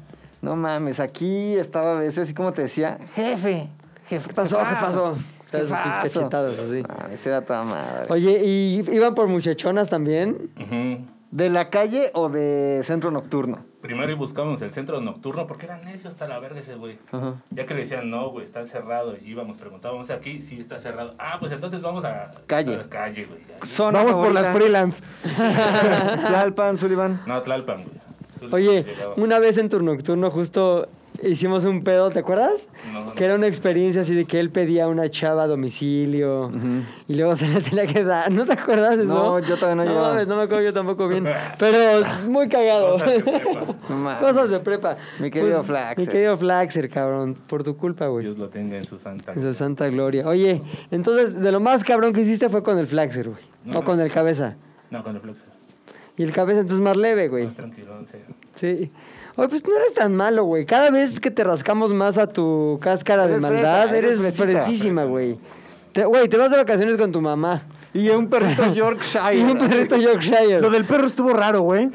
Speaker 2: no mames, aquí estaba a veces, así como te decía, jefe, jefe,
Speaker 1: ¿Qué pasó? ¿Qué pasó?
Speaker 2: ¿Qué
Speaker 1: Sabes, sus pinches
Speaker 2: pasó?
Speaker 1: cachetadas, así.
Speaker 2: Mames, era toda madre.
Speaker 1: Oye, ¿y iban por muchachonas también?
Speaker 3: Ujú.
Speaker 2: ¿De la calle o de centro nocturno?
Speaker 3: Primero y buscábamos el centro nocturno porque era necio hasta la verga ese güey.
Speaker 2: Ajá.
Speaker 3: Ya que le decían, no, güey, está cerrado. Y íbamos, preguntábamos aquí, sí, está cerrado. Ah, pues entonces vamos a...
Speaker 2: Calle.
Speaker 3: a la calle, güey. ahí.
Speaker 2: Zona
Speaker 4: Vamos por las
Speaker 2: favorita.
Speaker 4: freelance.
Speaker 2: Tlalpan, Sullivan.
Speaker 3: No, Tlalpan, güey.
Speaker 1: Oye,
Speaker 3: Llegaba.
Speaker 1: una vez en tu nocturno justo hicimos un pedo, ¿te acuerdas?
Speaker 3: No, no.
Speaker 1: Que era una experiencia así de que él pedía una chava a domicilio y luego se la tenía que dar. ¿No te acuerdas de eso?
Speaker 2: No, yo todavía no llegaba.
Speaker 1: mames, no me acuerdo yo tampoco bien. Pero muy cagado.
Speaker 3: Cosas de prepa.
Speaker 2: No mames.
Speaker 1: Cosas de prepa. Pues,
Speaker 2: Mi querido Flaxer.
Speaker 1: Mi querido Flaxer, cabrón. Por tu culpa, güey.
Speaker 3: Dios lo tenga en su santa.
Speaker 1: En su santa gloria. Oye, entonces, de lo más cabrón que hiciste fue con el Flaxer, güey.
Speaker 3: No,
Speaker 1: o con
Speaker 3: no.
Speaker 1: el cabeza.
Speaker 3: No, con el flexo.
Speaker 1: Y el cabeza entonces más leve, güey.
Speaker 3: Más tranquilo, en serio.
Speaker 1: Sí. Oye, pues no eres tan malo, güey. Cada vez que te rascamos más a tu cáscara de
Speaker 2: Eres fresa,
Speaker 1: maldad,
Speaker 2: eres
Speaker 1: eres,
Speaker 2: fresita.
Speaker 1: fresísima, güey. Te- Güey, te vas de vacaciones con tu mamá.
Speaker 2: Y un perrito Yorkshire.
Speaker 1: Y un perrito Yorkshire.
Speaker 4: Lo del perro estuvo raro, güey.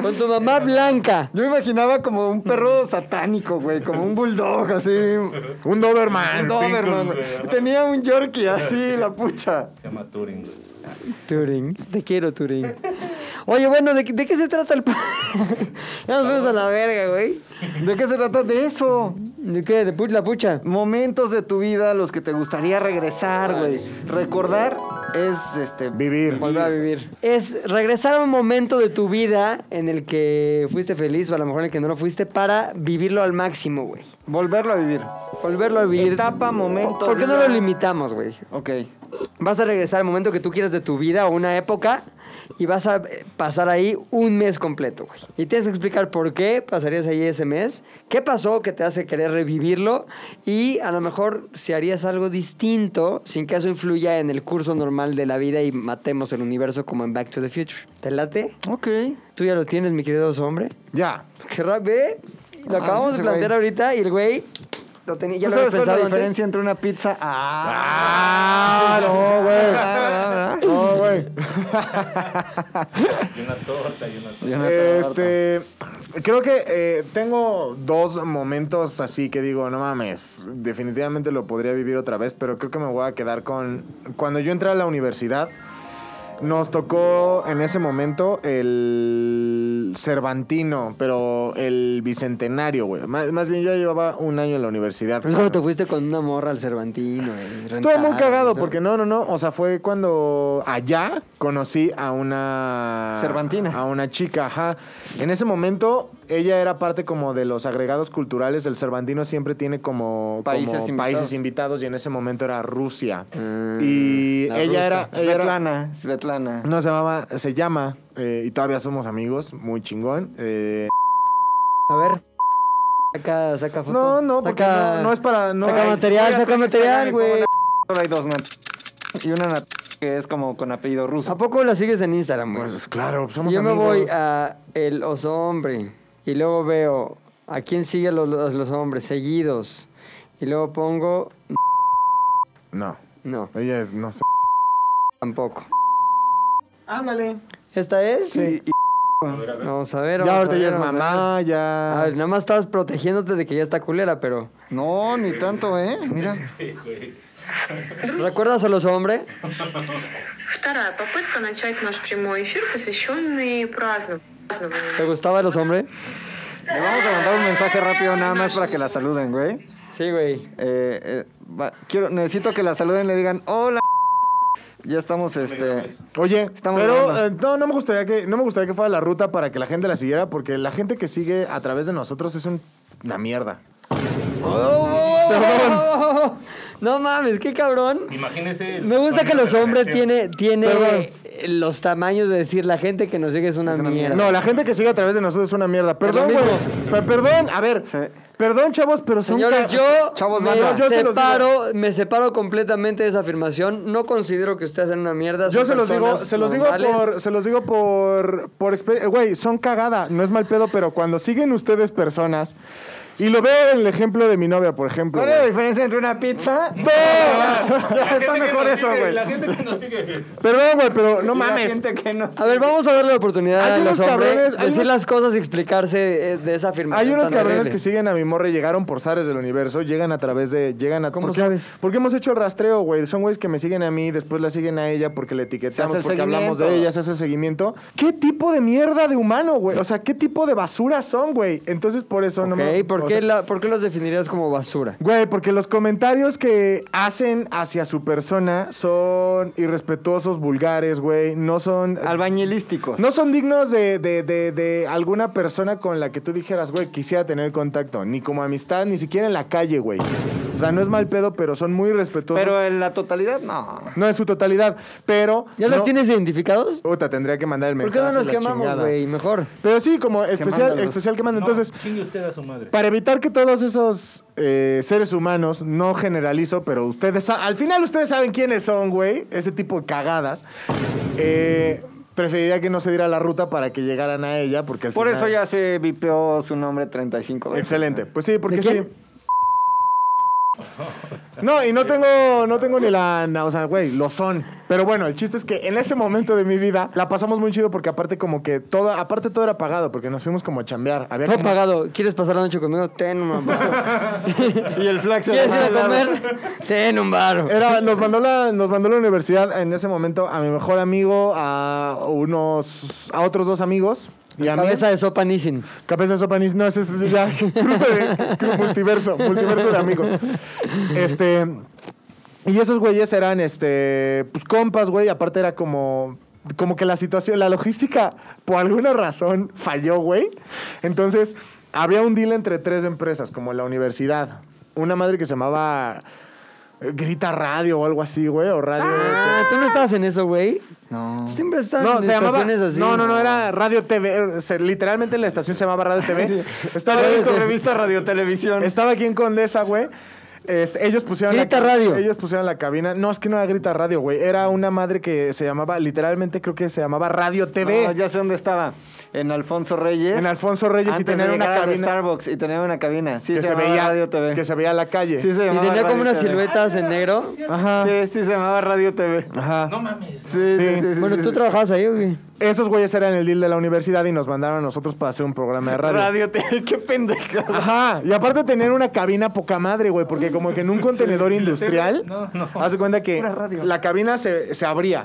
Speaker 1: Con tu mamá blanca.
Speaker 2: Yo imaginaba como un perro satánico, güey, como un bulldog, así. Un
Speaker 4: Un
Speaker 1: Ah,
Speaker 4: Doberman.
Speaker 2: Doberman.
Speaker 3: Pinkle,
Speaker 2: güey.
Speaker 3: güey.
Speaker 2: Tenía un Yorkie, así, la pucha.
Speaker 3: Se llama Turing, güey.
Speaker 1: Turing. Te quiero, Turing. Oye, bueno, ¿de, qué- de qué se trata el... pa- ya nos fuimos a la verga, güey.
Speaker 2: ¿De qué se trata? De eso.
Speaker 1: ¿De qué? ¿De pu- la pucha?
Speaker 2: Momentos de tu vida a los que te gustaría regresar, güey. Recordar es, este...
Speaker 4: Vivir.
Speaker 1: Volver a vivir. Es regresar a un momento de tu vida en el que fuiste feliz o a lo mejor en el que no lo fuiste para vivirlo al máximo, güey.
Speaker 2: Volverlo a vivir.
Speaker 1: Volverlo a vivir.
Speaker 2: Etapa, momento.
Speaker 1: ¿Por qué no
Speaker 2: vida.
Speaker 1: lo limitamos, güey?
Speaker 2: Ok.
Speaker 1: Vas a regresar al momento que tú quieras de tu vida o una época y vas a eh, pasar ahí un mes completo, güey. Y tienes que explicar por qué pasarías ahí ese mes, qué pasó que te hace querer revivirlo y a lo mejor si harías algo distinto sin que eso influya en el curso normal de la vida y matemos el universo como en Back to the Future. ¿Te late?
Speaker 2: Ok.
Speaker 1: Tú ya lo tienes, mi querido hombre.
Speaker 4: Ya.
Speaker 1: Qué rápido. Lo
Speaker 2: Ah,
Speaker 1: acabamos
Speaker 2: ese
Speaker 1: de plantear
Speaker 2: güey.
Speaker 1: ahorita y el güey lo tenía ya
Speaker 2: ¿Tú
Speaker 1: lo había
Speaker 2: sabes cuál es la
Speaker 1: pensado antes.
Speaker 2: diferencia entre una pizza?
Speaker 4: Ah, no,
Speaker 2: Ah,
Speaker 4: güey. No, güey.
Speaker 3: Y una torta, y una torta.
Speaker 4: Este. Creo que eh, tengo dos momentos así que digo, no mames, definitivamente lo podría vivir otra vez, pero creo que me voy a quedar con. Cuando yo entré a la universidad, nos tocó en ese momento el Cervantino, pero el Bicentenario, güey. Más, más bien yo llevaba un año en la universidad.
Speaker 1: Pues cuando te fuiste con una morra al Cervantino. eh,
Speaker 4: Estuvo muy
Speaker 1: rentado,
Speaker 4: cagado,
Speaker 1: eso.
Speaker 4: porque no, no, no. O sea, fue cuando allá conocí a una.
Speaker 2: Cervantina.
Speaker 4: A una chica, ajá. En ese momento ella era parte como de los agregados culturales. El Cervantino siempre tiene como
Speaker 2: Países
Speaker 4: como
Speaker 2: invitados.
Speaker 4: países invitados y en ese momento era Rusia.
Speaker 1: Ah,
Speaker 2: Mm,
Speaker 4: y
Speaker 2: la
Speaker 4: ella era,
Speaker 2: rusa.
Speaker 4: ella era-
Speaker 1: eh,
Speaker 2: Svetlana, Svetlana.
Speaker 4: No, se llamaba, se llama, eh, y todavía somos amigos, muy chingón. eh,
Speaker 1: A ver. Saca, saca foto.
Speaker 4: no, no, porque
Speaker 1: Saca-
Speaker 4: no, no es para... No,
Speaker 1: saca
Speaker 4: Ay,
Speaker 1: material,
Speaker 4: voy a
Speaker 1: saca
Speaker 4: hacer
Speaker 1: material,
Speaker 4: Instagram y
Speaker 1: güey.
Speaker 2: Solo hay dos Nat. Y una Nat que es como con apellido ruso.
Speaker 1: ¿A
Speaker 4: Ah,
Speaker 1: poco la sigues en Instagram,
Speaker 4: pongo-
Speaker 1: güey?
Speaker 4: Pues claro, somos
Speaker 1: Yo me
Speaker 4: amigos.
Speaker 1: voy a El Oso Hombre y luego veo a quién sigue a los, a los hombres seguidos. Y luego pongo.
Speaker 4: No,
Speaker 1: No,
Speaker 4: ella es, no sé.
Speaker 1: tampoco.
Speaker 4: Ándale.
Speaker 1: ¿Esta es?
Speaker 4: Sí, y
Speaker 3: A ver, a ver.
Speaker 1: Vamos a ver.
Speaker 4: ya
Speaker 1: vamos a
Speaker 4: ahorita
Speaker 1: ver,
Speaker 4: ya Ah, es
Speaker 1: vamos a ver.
Speaker 4: mamá, ya...
Speaker 1: A ver, nada más estabas protegiéndote de que ya está culera, pero.
Speaker 2: No, ni tanto, ¿eh? Mira.
Speaker 3: Sí, güey.
Speaker 1: ¿Recuerdas a los hombres?
Speaker 5: Вторая попытка начать наш прямой эфир, посвященный празднованию.
Speaker 1: ¿Te gustaba los hombres?
Speaker 2: Le vamos a mandar un mensaje rápido nada más para que la saluden, güey.
Speaker 1: Sí, güey.
Speaker 2: Eh, eh, va- quiero, necesito que la saluden y le digan, hola. Ya estamos, este...
Speaker 4: Oye,
Speaker 2: Estamos
Speaker 4: pero
Speaker 2: grabando.
Speaker 4: eh, no, no me gustaría que no me gustaría que fuera la ruta para que la gente la siguiera, porque la gente que sigue a través de nosotros es un- una mierda.
Speaker 1: No mames, qué cabrón.
Speaker 3: Imagínese. el
Speaker 1: Me gusta que
Speaker 3: sonido
Speaker 1: los
Speaker 3: de la
Speaker 1: hombres
Speaker 3: reacción.
Speaker 1: tiene,
Speaker 4: Perdón.
Speaker 1: tiene los tamaños de decir la gente que nos sigue es una mierda.
Speaker 4: No, la gente que sigue a través de nosotros es una mierda. Perdón,
Speaker 1: lo
Speaker 4: güey.
Speaker 1: mismo.
Speaker 4: Pe- Perdón, a ver.
Speaker 2: Sí.
Speaker 4: Perdón, chavos, pero son
Speaker 1: Señores,
Speaker 4: ca-
Speaker 1: yo
Speaker 2: Chavos,
Speaker 1: me
Speaker 2: banda.
Speaker 4: Yo se los
Speaker 1: separo, me separo completamente de esa afirmación. No considero que ustedes sean una mierda.
Speaker 4: Yo
Speaker 1: son
Speaker 4: se los digo,
Speaker 1: personas
Speaker 4: se los digo
Speaker 1: normales.
Speaker 4: por, se los digo por, por exper- eh, güey, son cagada, no es mal pedo, pero cuando siguen ustedes personas y lo veo en el ejemplo de mi novia, por ejemplo.
Speaker 2: ¿Cuál es la
Speaker 4: güey.
Speaker 2: diferencia entre una pizza?
Speaker 3: La gente
Speaker 2: Está
Speaker 3: que
Speaker 2: mejor
Speaker 3: nos
Speaker 2: eso,
Speaker 3: sigue,
Speaker 2: güey.
Speaker 3: La gente que nos sigue.
Speaker 4: Perdón, güey, pero no
Speaker 2: Y la
Speaker 4: mames.
Speaker 2: gente que nos-
Speaker 1: A ver, vamos a darle la oportunidad
Speaker 4: Hay
Speaker 1: a los
Speaker 4: unos cabrones,
Speaker 1: hombres
Speaker 4: hay
Speaker 1: decir
Speaker 4: unos-
Speaker 1: las cosas y explicarse eh, de esa afirmación.
Speaker 4: Hay unos
Speaker 1: tan
Speaker 4: cabrones
Speaker 1: horrible.
Speaker 4: que siguen a mi morra y llegaron por zares del universo, llegan a través de, llegan a.
Speaker 1: ¿Cómo
Speaker 4: porque-
Speaker 1: sabes?
Speaker 4: Porque hemos hecho rastreo, güey. Son güeyes que me siguen a mí, después la siguen a ella porque le
Speaker 2: Se hace
Speaker 4: etiquetamos,
Speaker 2: el
Speaker 4: porque hablamos de
Speaker 2: seguimiento.
Speaker 4: ella, se hace el seguimiento. ¿Qué tipo de mierda de humano, güey? O sea, ¿qué tipo de basura son, güey? Entonces por eso no me.
Speaker 1: Ok, ¿por
Speaker 4: o
Speaker 1: qué,
Speaker 4: sea,
Speaker 1: la- ¿por qué los definirías como basura?
Speaker 4: Güey, porque los comentarios que hacen hacia su persona son irrespetuosos, vulgares, güey. No son.
Speaker 2: Albañilísticos.
Speaker 4: No son dignos de, de- de- de alguna persona con la que tú dijeras, güey, quisiera tener contacto. Ni como amistad, ni siquiera en la calle, güey. O sea, no es mal pedo, pero son muy respetuosos. Ah,
Speaker 2: Pero eh, en la totalidad, no.
Speaker 4: No en su totalidad, pero...
Speaker 1: ¿Ya
Speaker 4: no-
Speaker 1: los tienes identificados?
Speaker 4: Puta, tendría que mandar el
Speaker 1: ¿Por
Speaker 4: mensaje.
Speaker 1: qué no nos
Speaker 4: la
Speaker 1: quemamos,
Speaker 4: chingada.
Speaker 1: güey? Mejor.
Speaker 4: Pero sí, como especial,
Speaker 2: Quemándolos.
Speaker 4: especial que manda.
Speaker 3: No,
Speaker 4: Entonces,
Speaker 3: Chingue usted a su madre.
Speaker 4: para evitar que todos esos eh, seres humanos, no generalizo, pero ustedes, sa- al final ustedes saben quiénes son, güey, ese tipo de cagadas, eh, preferiría que no se diera la ruta para que llegaran a ella, porque al
Speaker 2: Por
Speaker 4: final...
Speaker 2: eso ya se vipeó su nombre 35 veces.
Speaker 4: Excelente. Pues sí, porque
Speaker 1: ¿De
Speaker 4: sí.
Speaker 1: quién?
Speaker 4: No, y no tengo, no tengo ni la... na- o sea, güey, lo son. Pero bueno, el chiste es que en ese momento de mi vida la pasamos muy chido porque aparte como que todo, aparte todo era pagado porque nos fuimos como a chambear. Había
Speaker 1: Todo
Speaker 4: como-
Speaker 1: pagado. ¿Quieres pasar la noche conmigo? Ten un varo.
Speaker 2: Y el flag se
Speaker 1: ¿Quieres
Speaker 2: la
Speaker 1: ir a
Speaker 2: mandó.
Speaker 1: comer? Ten un varo.
Speaker 4: Era, nos, mandó la, nos mandó la universidad en ese momento a mi mejor amigo, a unos, a otros dos amigos y a mí.
Speaker 1: Cabeza de sopa Nissin.
Speaker 4: Cabeza de sopanis, no, ese es ya cruce de cru- multiverso, multiverso de amigos. Este. Y esos güeyes eran este. Pues compas, güey. Aparte era como. Como que la situación, la logística, por alguna razón, falló, güey. Entonces, había un deal entre tres empresas, como la universidad. Una madre que se llamaba. eh, Grita Radio o algo así, güey. O radio.
Speaker 1: Ah, tú no estabas en eso, güey.
Speaker 2: No.
Speaker 1: Siempre estás
Speaker 4: No,
Speaker 1: en
Speaker 4: se llamaba.
Speaker 1: estaciones así.
Speaker 4: No, no, no, era Radio TV. eh, se- literalmente la estación se llamaba Radio TV.
Speaker 2: Estaba
Speaker 4: Estaba,
Speaker 2: en tu revista Radio Televisión.
Speaker 4: estaba aquí en Condesa, güey. Este, ellos pusieron
Speaker 1: Grita
Speaker 4: la,
Speaker 1: Radio.
Speaker 4: Ellos pusieron la cabina. No, es que no era Grita Radio, güey. Era una madre que se llamaba, literalmente creo que se llamaba Radio TV.
Speaker 2: No, ya sé dónde estaba. En Alfonso Reyes.
Speaker 4: En Alfonso Reyes y
Speaker 2: Antes
Speaker 4: tenían
Speaker 2: de
Speaker 4: una
Speaker 2: llegar a
Speaker 4: cabina
Speaker 2: Starbucks y tenían una cabina. Sí,
Speaker 4: que se,
Speaker 2: llamaba
Speaker 4: veía
Speaker 2: Radio TV.
Speaker 4: que se veía la calle.
Speaker 2: Sí, se
Speaker 1: Y
Speaker 2: llamaba
Speaker 1: tenía como
Speaker 2: Radio
Speaker 1: unas
Speaker 2: TV.
Speaker 1: siluetas en negro.
Speaker 4: Ajá.
Speaker 2: Sí, sí, se llamaba Radio TV.
Speaker 4: Ajá.
Speaker 3: No mames.
Speaker 2: Sí, sí,
Speaker 4: Sí.
Speaker 2: sí. sí,
Speaker 1: Bueno,
Speaker 2: sí,
Speaker 1: tú
Speaker 2: sí.
Speaker 1: trabajabas ahí, güey.
Speaker 4: Esos güeyes eran el deal de la universidad y nos mandaron a nosotros para hacer un programa de radio.
Speaker 2: Radio TV, qué pendejo.
Speaker 4: Ajá, y aparte tener una cabina poca madre, güey, porque como que en un contenedor industrial, haz de cuenta que
Speaker 2: Pura radio.
Speaker 4: la cabina se, se abría.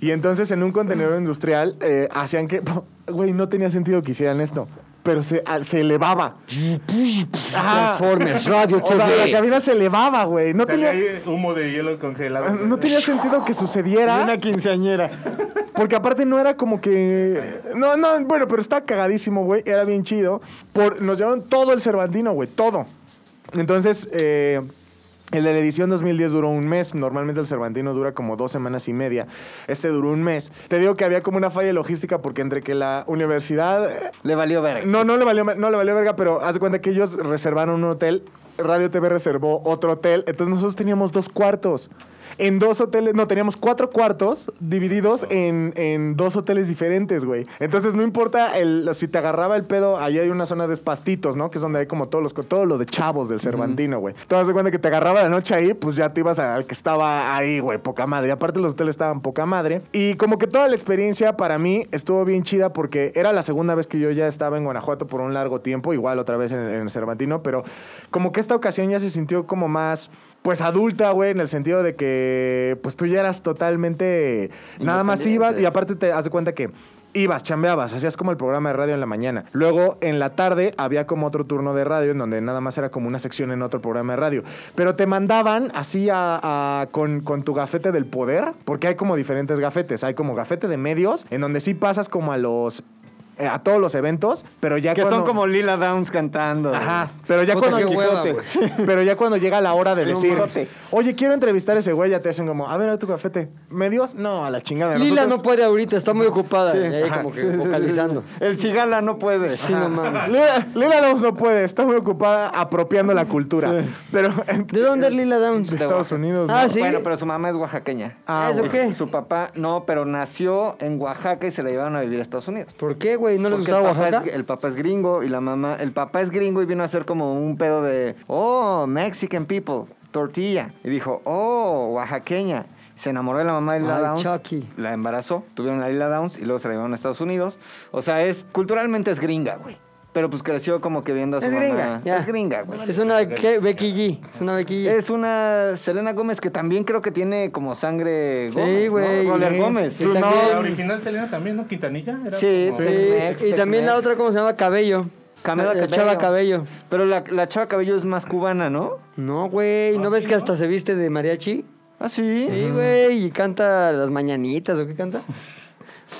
Speaker 4: Y entonces en un contenedor industrial eh, hacían que, güey, no tenía sentido que hicieran esto. pero se, al- se elevaba. Ajá.
Speaker 1: Transformers, Radio
Speaker 4: Ah. O sea, la
Speaker 1: TV.
Speaker 4: cabina se elevaba, güey. No
Speaker 3: Salía
Speaker 4: tenía, Ah,
Speaker 3: ahí humo de hielo congelado.
Speaker 4: no tenía sentido que
Speaker 2: Y
Speaker 4: sucediera.
Speaker 2: una quinceañera.
Speaker 4: Porque aparte no era como que. No, no, bueno, pero está cagadísimo, güey. Era bien chido. Por, nos llevaron todo el Cervantino, güey, todo. Entonces, eh, el de la edición 2010 duró un mes. Normalmente el Cervantino dura como dos semanas y media. Este duró un mes. Te digo que había como una falla logística porque entre que la universidad. eh,
Speaker 2: Le valió ver.
Speaker 4: No, no le valió, no le valió verga, pero haz de cuenta que ellos reservaron un hotel. Radio TV reservó otro hotel. Entonces nosotros teníamos dos cuartos. En dos hoteles, no, teníamos cuatro cuartos divididos en, en dos hoteles diferentes, güey. Entonces no importa el, si te agarraba el pedo, ahí hay una zona de espastitos, ¿no? Que es donde hay como todos los, todo lo de chavos del Cervantino, güey. Entonces haz de cuenta que te agarraba la noche ahí, pues ya te ibas al que estaba ahí, güey, poca madre. Y aparte los hoteles estaban poca madre. Y como que toda la experiencia para mí estuvo bien chida porque era la segunda vez que yo ya estaba en Guanajuato por un largo tiempo, igual otra vez en, en el Cervantino, pero como que esta ocasión ya se sintió como más... Pues adulta, güey, en el sentido de que pues tú ya eras totalmente... Nada más ibas y aparte te das cuenta que ibas, chambeabas, hacías como el programa de radio en la mañana. Luego en la tarde había como otro turno de radio en donde nada más era como una sección en otro programa de radio. Pero te mandaban así a, a- con, con tu gafete del poder, porque hay como diferentes gafetes. Hay como gafete de medios, en donde sí pasas como a los... eh, A todos los eventos, pero ya
Speaker 2: Que son
Speaker 4: cuando-
Speaker 2: como Lila Downs cantando.
Speaker 4: Ajá, pero ya
Speaker 1: Puta,
Speaker 4: cuando
Speaker 1: qué hueva,
Speaker 4: pero ya cuando llega la hora de
Speaker 2: Era un
Speaker 4: decir,
Speaker 2: brote.
Speaker 4: oye, quiero entrevistar a ese güey, ya te hacen como, a ver, a tu gafete. ¿Medios? No, a la chingada.
Speaker 1: Lila
Speaker 4: Nosotros-
Speaker 1: no puede ahorita, está muy ocupada. y ahí
Speaker 4: ajá.
Speaker 1: como que vocalizando.
Speaker 2: El cigala no puede.
Speaker 1: Sí, no mames.
Speaker 4: Lila, Lila Downs no puede, está muy ocupada apropiando la cultura. Pero
Speaker 1: ¿De dónde es Lila Downs?
Speaker 4: De Estados Unidos,
Speaker 1: Ah,
Speaker 4: ¿no?
Speaker 1: sí.
Speaker 2: Bueno, pero su mamá es oaxaqueña.
Speaker 1: Ah, ¿Eso
Speaker 2: Y
Speaker 1: qué?
Speaker 2: Su papá, no, pero nació en Oaxaca y se la llevaron a vivir a Estados Unidos.
Speaker 1: ¿Por qué, güey? ¿No les
Speaker 2: Porque el
Speaker 1: gustaba
Speaker 2: papá,
Speaker 1: Oaxaca?
Speaker 2: es, el papá es gringo y la mamá, el papá es gringo y vino a hacer como un pedo de, oh, Mexican people, tortilla. Y dijo, oh, oaxaqueña. Se enamoró de la mamá de Lila
Speaker 1: Ay,
Speaker 2: Downs,
Speaker 1: Chucky.
Speaker 2: la embarazó, tuvieron a Lila Downs y luego se la llevaron a Estados Unidos. O sea, es culturalmente es gringa, güey. Pero pues creció como que viendo a su
Speaker 1: Es
Speaker 2: mamá.
Speaker 1: gringa, ya.
Speaker 2: Es gringa, güey.
Speaker 1: Es una ¿qué? Becky G. Es una Becky G.
Speaker 2: Es una Selena Gómez que también creo que tiene como sangre
Speaker 1: Sí,
Speaker 2: Gómez,
Speaker 1: güey,
Speaker 2: ¿no? Roller
Speaker 1: sí.
Speaker 2: Gómez.
Speaker 1: Sí,
Speaker 2: Su
Speaker 1: también.
Speaker 2: nombre-
Speaker 3: La original Selena también, ¿no? Quintanilla. Era
Speaker 2: Sí,
Speaker 3: como-
Speaker 2: sí. Tex-Mex,
Speaker 1: Sí, y también la
Speaker 2: Tex-Mex.
Speaker 1: otra, ¿cómo se llama? Cabello.
Speaker 2: Camila
Speaker 1: La- la Chava Cabello.
Speaker 2: Pero la, la chava cabello es más cubana, ¿no?
Speaker 1: No, güey. ¿No
Speaker 3: ¿Ah,
Speaker 1: ves
Speaker 3: sí,
Speaker 1: que
Speaker 3: no?
Speaker 1: hasta se viste de mariachi?
Speaker 2: Ah, sí.
Speaker 1: Sí, güey. Y canta las mañanitas, ¿o qué canta?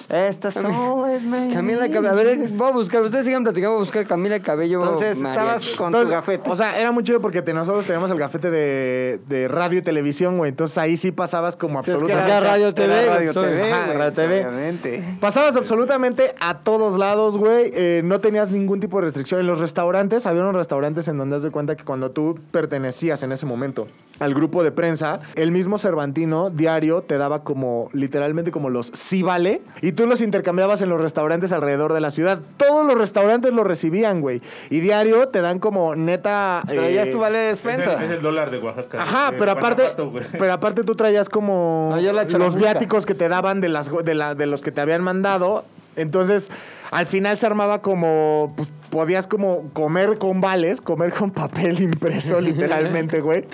Speaker 2: Estas son las mañanas.
Speaker 1: Camila Cabello. A ver, voy a buscar. Ustedes sigan platicando, voy a buscar Camila Cabello.
Speaker 2: Entonces
Speaker 1: mariachi.
Speaker 2: estabas con
Speaker 4: Entonces,
Speaker 2: tu gafete.
Speaker 4: O sea, era muy chido porque te- nosotros teníamos el gafete de, de radio y televisión, güey. Entonces ahí sí pasabas como
Speaker 2: Entonces,
Speaker 4: absolutamente.
Speaker 1: era Radio TV,
Speaker 2: Era radio
Speaker 1: soy-
Speaker 2: TV.
Speaker 4: Ajá,
Speaker 2: güey,
Speaker 4: Radio TV.
Speaker 2: Obviamente.
Speaker 4: Pasabas absolutamente a todos lados, güey. Eh, no tenías ningún tipo de restricción. En los restaurantes, había unos restaurantes en donde haz de cuenta que cuando tú pertenecías en ese momento al grupo de prensa, el mismo Cervantino diario te daba como, literalmente como los sí vale, y tú los intercambiabas en los restaurantes alrededor de la ciudad. Todos los restaurantes los recibían, güey. Y diario te dan como neta...
Speaker 2: Traías
Speaker 4: eh,
Speaker 2: tu vale de
Speaker 3: Es el,
Speaker 2: despensa.
Speaker 3: es el dólar de Oaxaca.
Speaker 4: Ajá,
Speaker 3: de
Speaker 4: pero aparte,
Speaker 3: este, Guanajuato, güey.
Speaker 4: pero aparte tú traías como
Speaker 1: Ah,
Speaker 2: No, yo la
Speaker 4: los
Speaker 2: chalamusca.
Speaker 4: viáticos que te daban de las de, la- de los que te habían mandado. Entonces, al final se armaba como pues podías como comer con vales, comer con papel impreso literalmente, güey.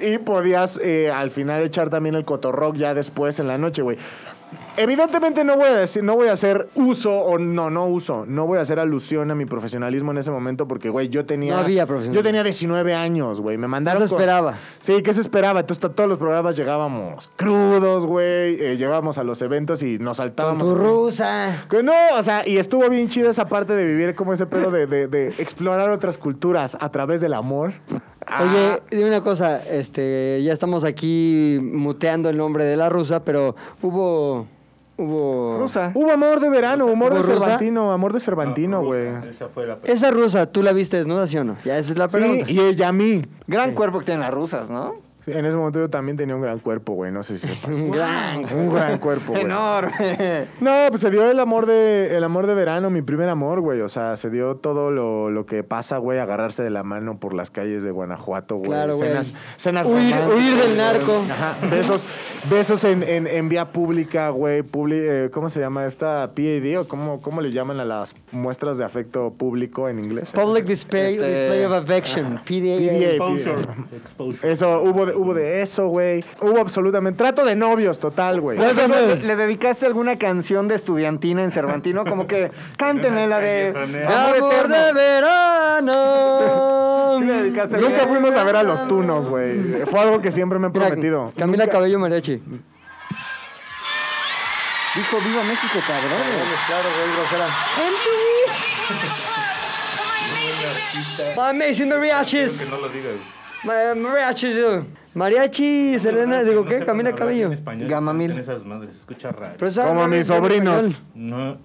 Speaker 4: Y podías eh, al final echar también el cotorrock ya después en la noche, güey. Evidentemente no voy a decir, no voy a hacer uso o no, no uso, no voy a hacer alusión a mi profesionalismo en ese momento porque, güey, yo tenía,
Speaker 1: No había
Speaker 4: yo
Speaker 1: profesionalismo.
Speaker 4: tenía 19 años, güey, me mandaron.
Speaker 1: Eso
Speaker 4: con-
Speaker 1: esperaba.
Speaker 4: Sí, que se esperaba. Entonces, to- todos los programas llegábamos crudos, güey. eh, llegábamos a los eventos y nos
Speaker 1: Con
Speaker 4: saltábamos.
Speaker 1: tu
Speaker 4: así.
Speaker 1: rusa.
Speaker 4: Que no, o sea, y estuvo bien chida esa parte de vivir como ese pedo de, de- de explorar otras culturas a través del amor.
Speaker 1: Oye,
Speaker 4: Ah,
Speaker 1: dime una cosa, este, ya estamos aquí muteando el nombre de la rusa, pero hubo, hubo.
Speaker 2: Rusa.
Speaker 4: Hubo amor de verano, amor de
Speaker 1: Ah. ¿Rusa?
Speaker 4: Cervantino, amor de
Speaker 3: No,
Speaker 4: Cervantino,
Speaker 3: Ah, rusa,
Speaker 4: güey.
Speaker 3: Esa fue la
Speaker 1: Esa rusa, ¿tú la viste desnuda, sí o no? Ya esa es la
Speaker 4: Sí,
Speaker 1: pregunta.
Speaker 4: y ella a mí.
Speaker 2: Gran cuerpo que tienen las rusas, ¿no?
Speaker 4: En ese momento yo también tenía un gran cuerpo, güey. No sé si.
Speaker 1: Un gran- Eh,
Speaker 4: un gran cuerpo, güey.
Speaker 2: Enorme.
Speaker 4: No, pues se dio el amor de el amor de verano, mi primer amor, güey. O sea, se dio todo lo, lo que pasa, güey, agarrarse de la mano por las calles de Guanajuato, güey.
Speaker 1: Claro, güey.
Speaker 4: cenas, cenas
Speaker 1: Huir-
Speaker 4: románticas,
Speaker 1: huir del
Speaker 4: güey.
Speaker 1: narco.
Speaker 4: Ajá. Besos, besos en, en, en vía pública, güey. Publi- eh, ¿Cómo se llama esta PAD o cómo, cómo le llaman a las muestras de afecto público en inglés?
Speaker 1: Public display,
Speaker 2: Este-
Speaker 1: display of affection, PDA.
Speaker 4: PDA.
Speaker 3: exposure. exposure.
Speaker 4: Eso hubo, hubo de eso, güey. Hubo absolutamente. Trato de novios, total, güey.
Speaker 2: Por ejemplo, ¿Le, le dedicaste alguna canción de estudiantina en Cervantino? Como que cántenle la de
Speaker 3: Callejonera.
Speaker 2: Amor
Speaker 1: Amor
Speaker 2: Eterno.
Speaker 1: de
Speaker 2: Sí le
Speaker 1: verano.
Speaker 2: dedicaste alguna-
Speaker 4: Nunca fuimos a ver a los tunos, güey. Fue algo que siempre me han prometido.
Speaker 1: Camila Cabello Mariachi.
Speaker 2: Dijo Viva México, cabrón.
Speaker 4: Claro, güey, grosera.
Speaker 1: Amazing
Speaker 3: Que
Speaker 1: Mariachis.
Speaker 3: no lo digas.
Speaker 1: Ma- Mariachis. eh. Mariachi, Selena, digo, ¿qué? Camila Cabello.
Speaker 3: En español.
Speaker 2: Gamamil.
Speaker 3: En esas madres, escucha raro.
Speaker 1: Pero esa
Speaker 4: Como
Speaker 1: no
Speaker 4: a mis
Speaker 1: es en
Speaker 4: sobrinos.
Speaker 1: español.
Speaker 3: No.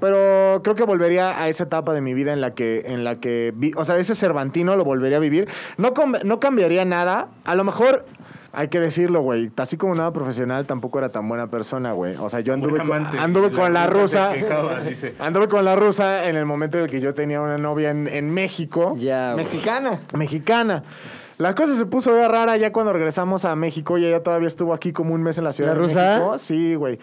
Speaker 4: Pero creo que volvería a esa etapa de mi vida en la que, en la que vi- o sea, ese Cervantino lo volvería a vivir. No, com- no cambiaría nada. A lo mejor, hay que decirlo, güey, así como nada profesional, tampoco era tan buena persona, güey. O sea, yo anduve,
Speaker 3: Buen
Speaker 4: con,
Speaker 3: amante.
Speaker 4: anduve con la rusa.
Speaker 3: se quejaba, dice.
Speaker 4: Anduve con la rusa en el momento en el que yo tenía una novia en, en México,
Speaker 1: Ya, güey.
Speaker 2: Mexicana.
Speaker 4: mexicana. La cosa se puso ya rara ya cuando regresamos a México y ella todavía estuvo aquí como un mes en la ciudad
Speaker 1: ¿La
Speaker 4: de
Speaker 1: rusa?
Speaker 4: México. Sí, güey.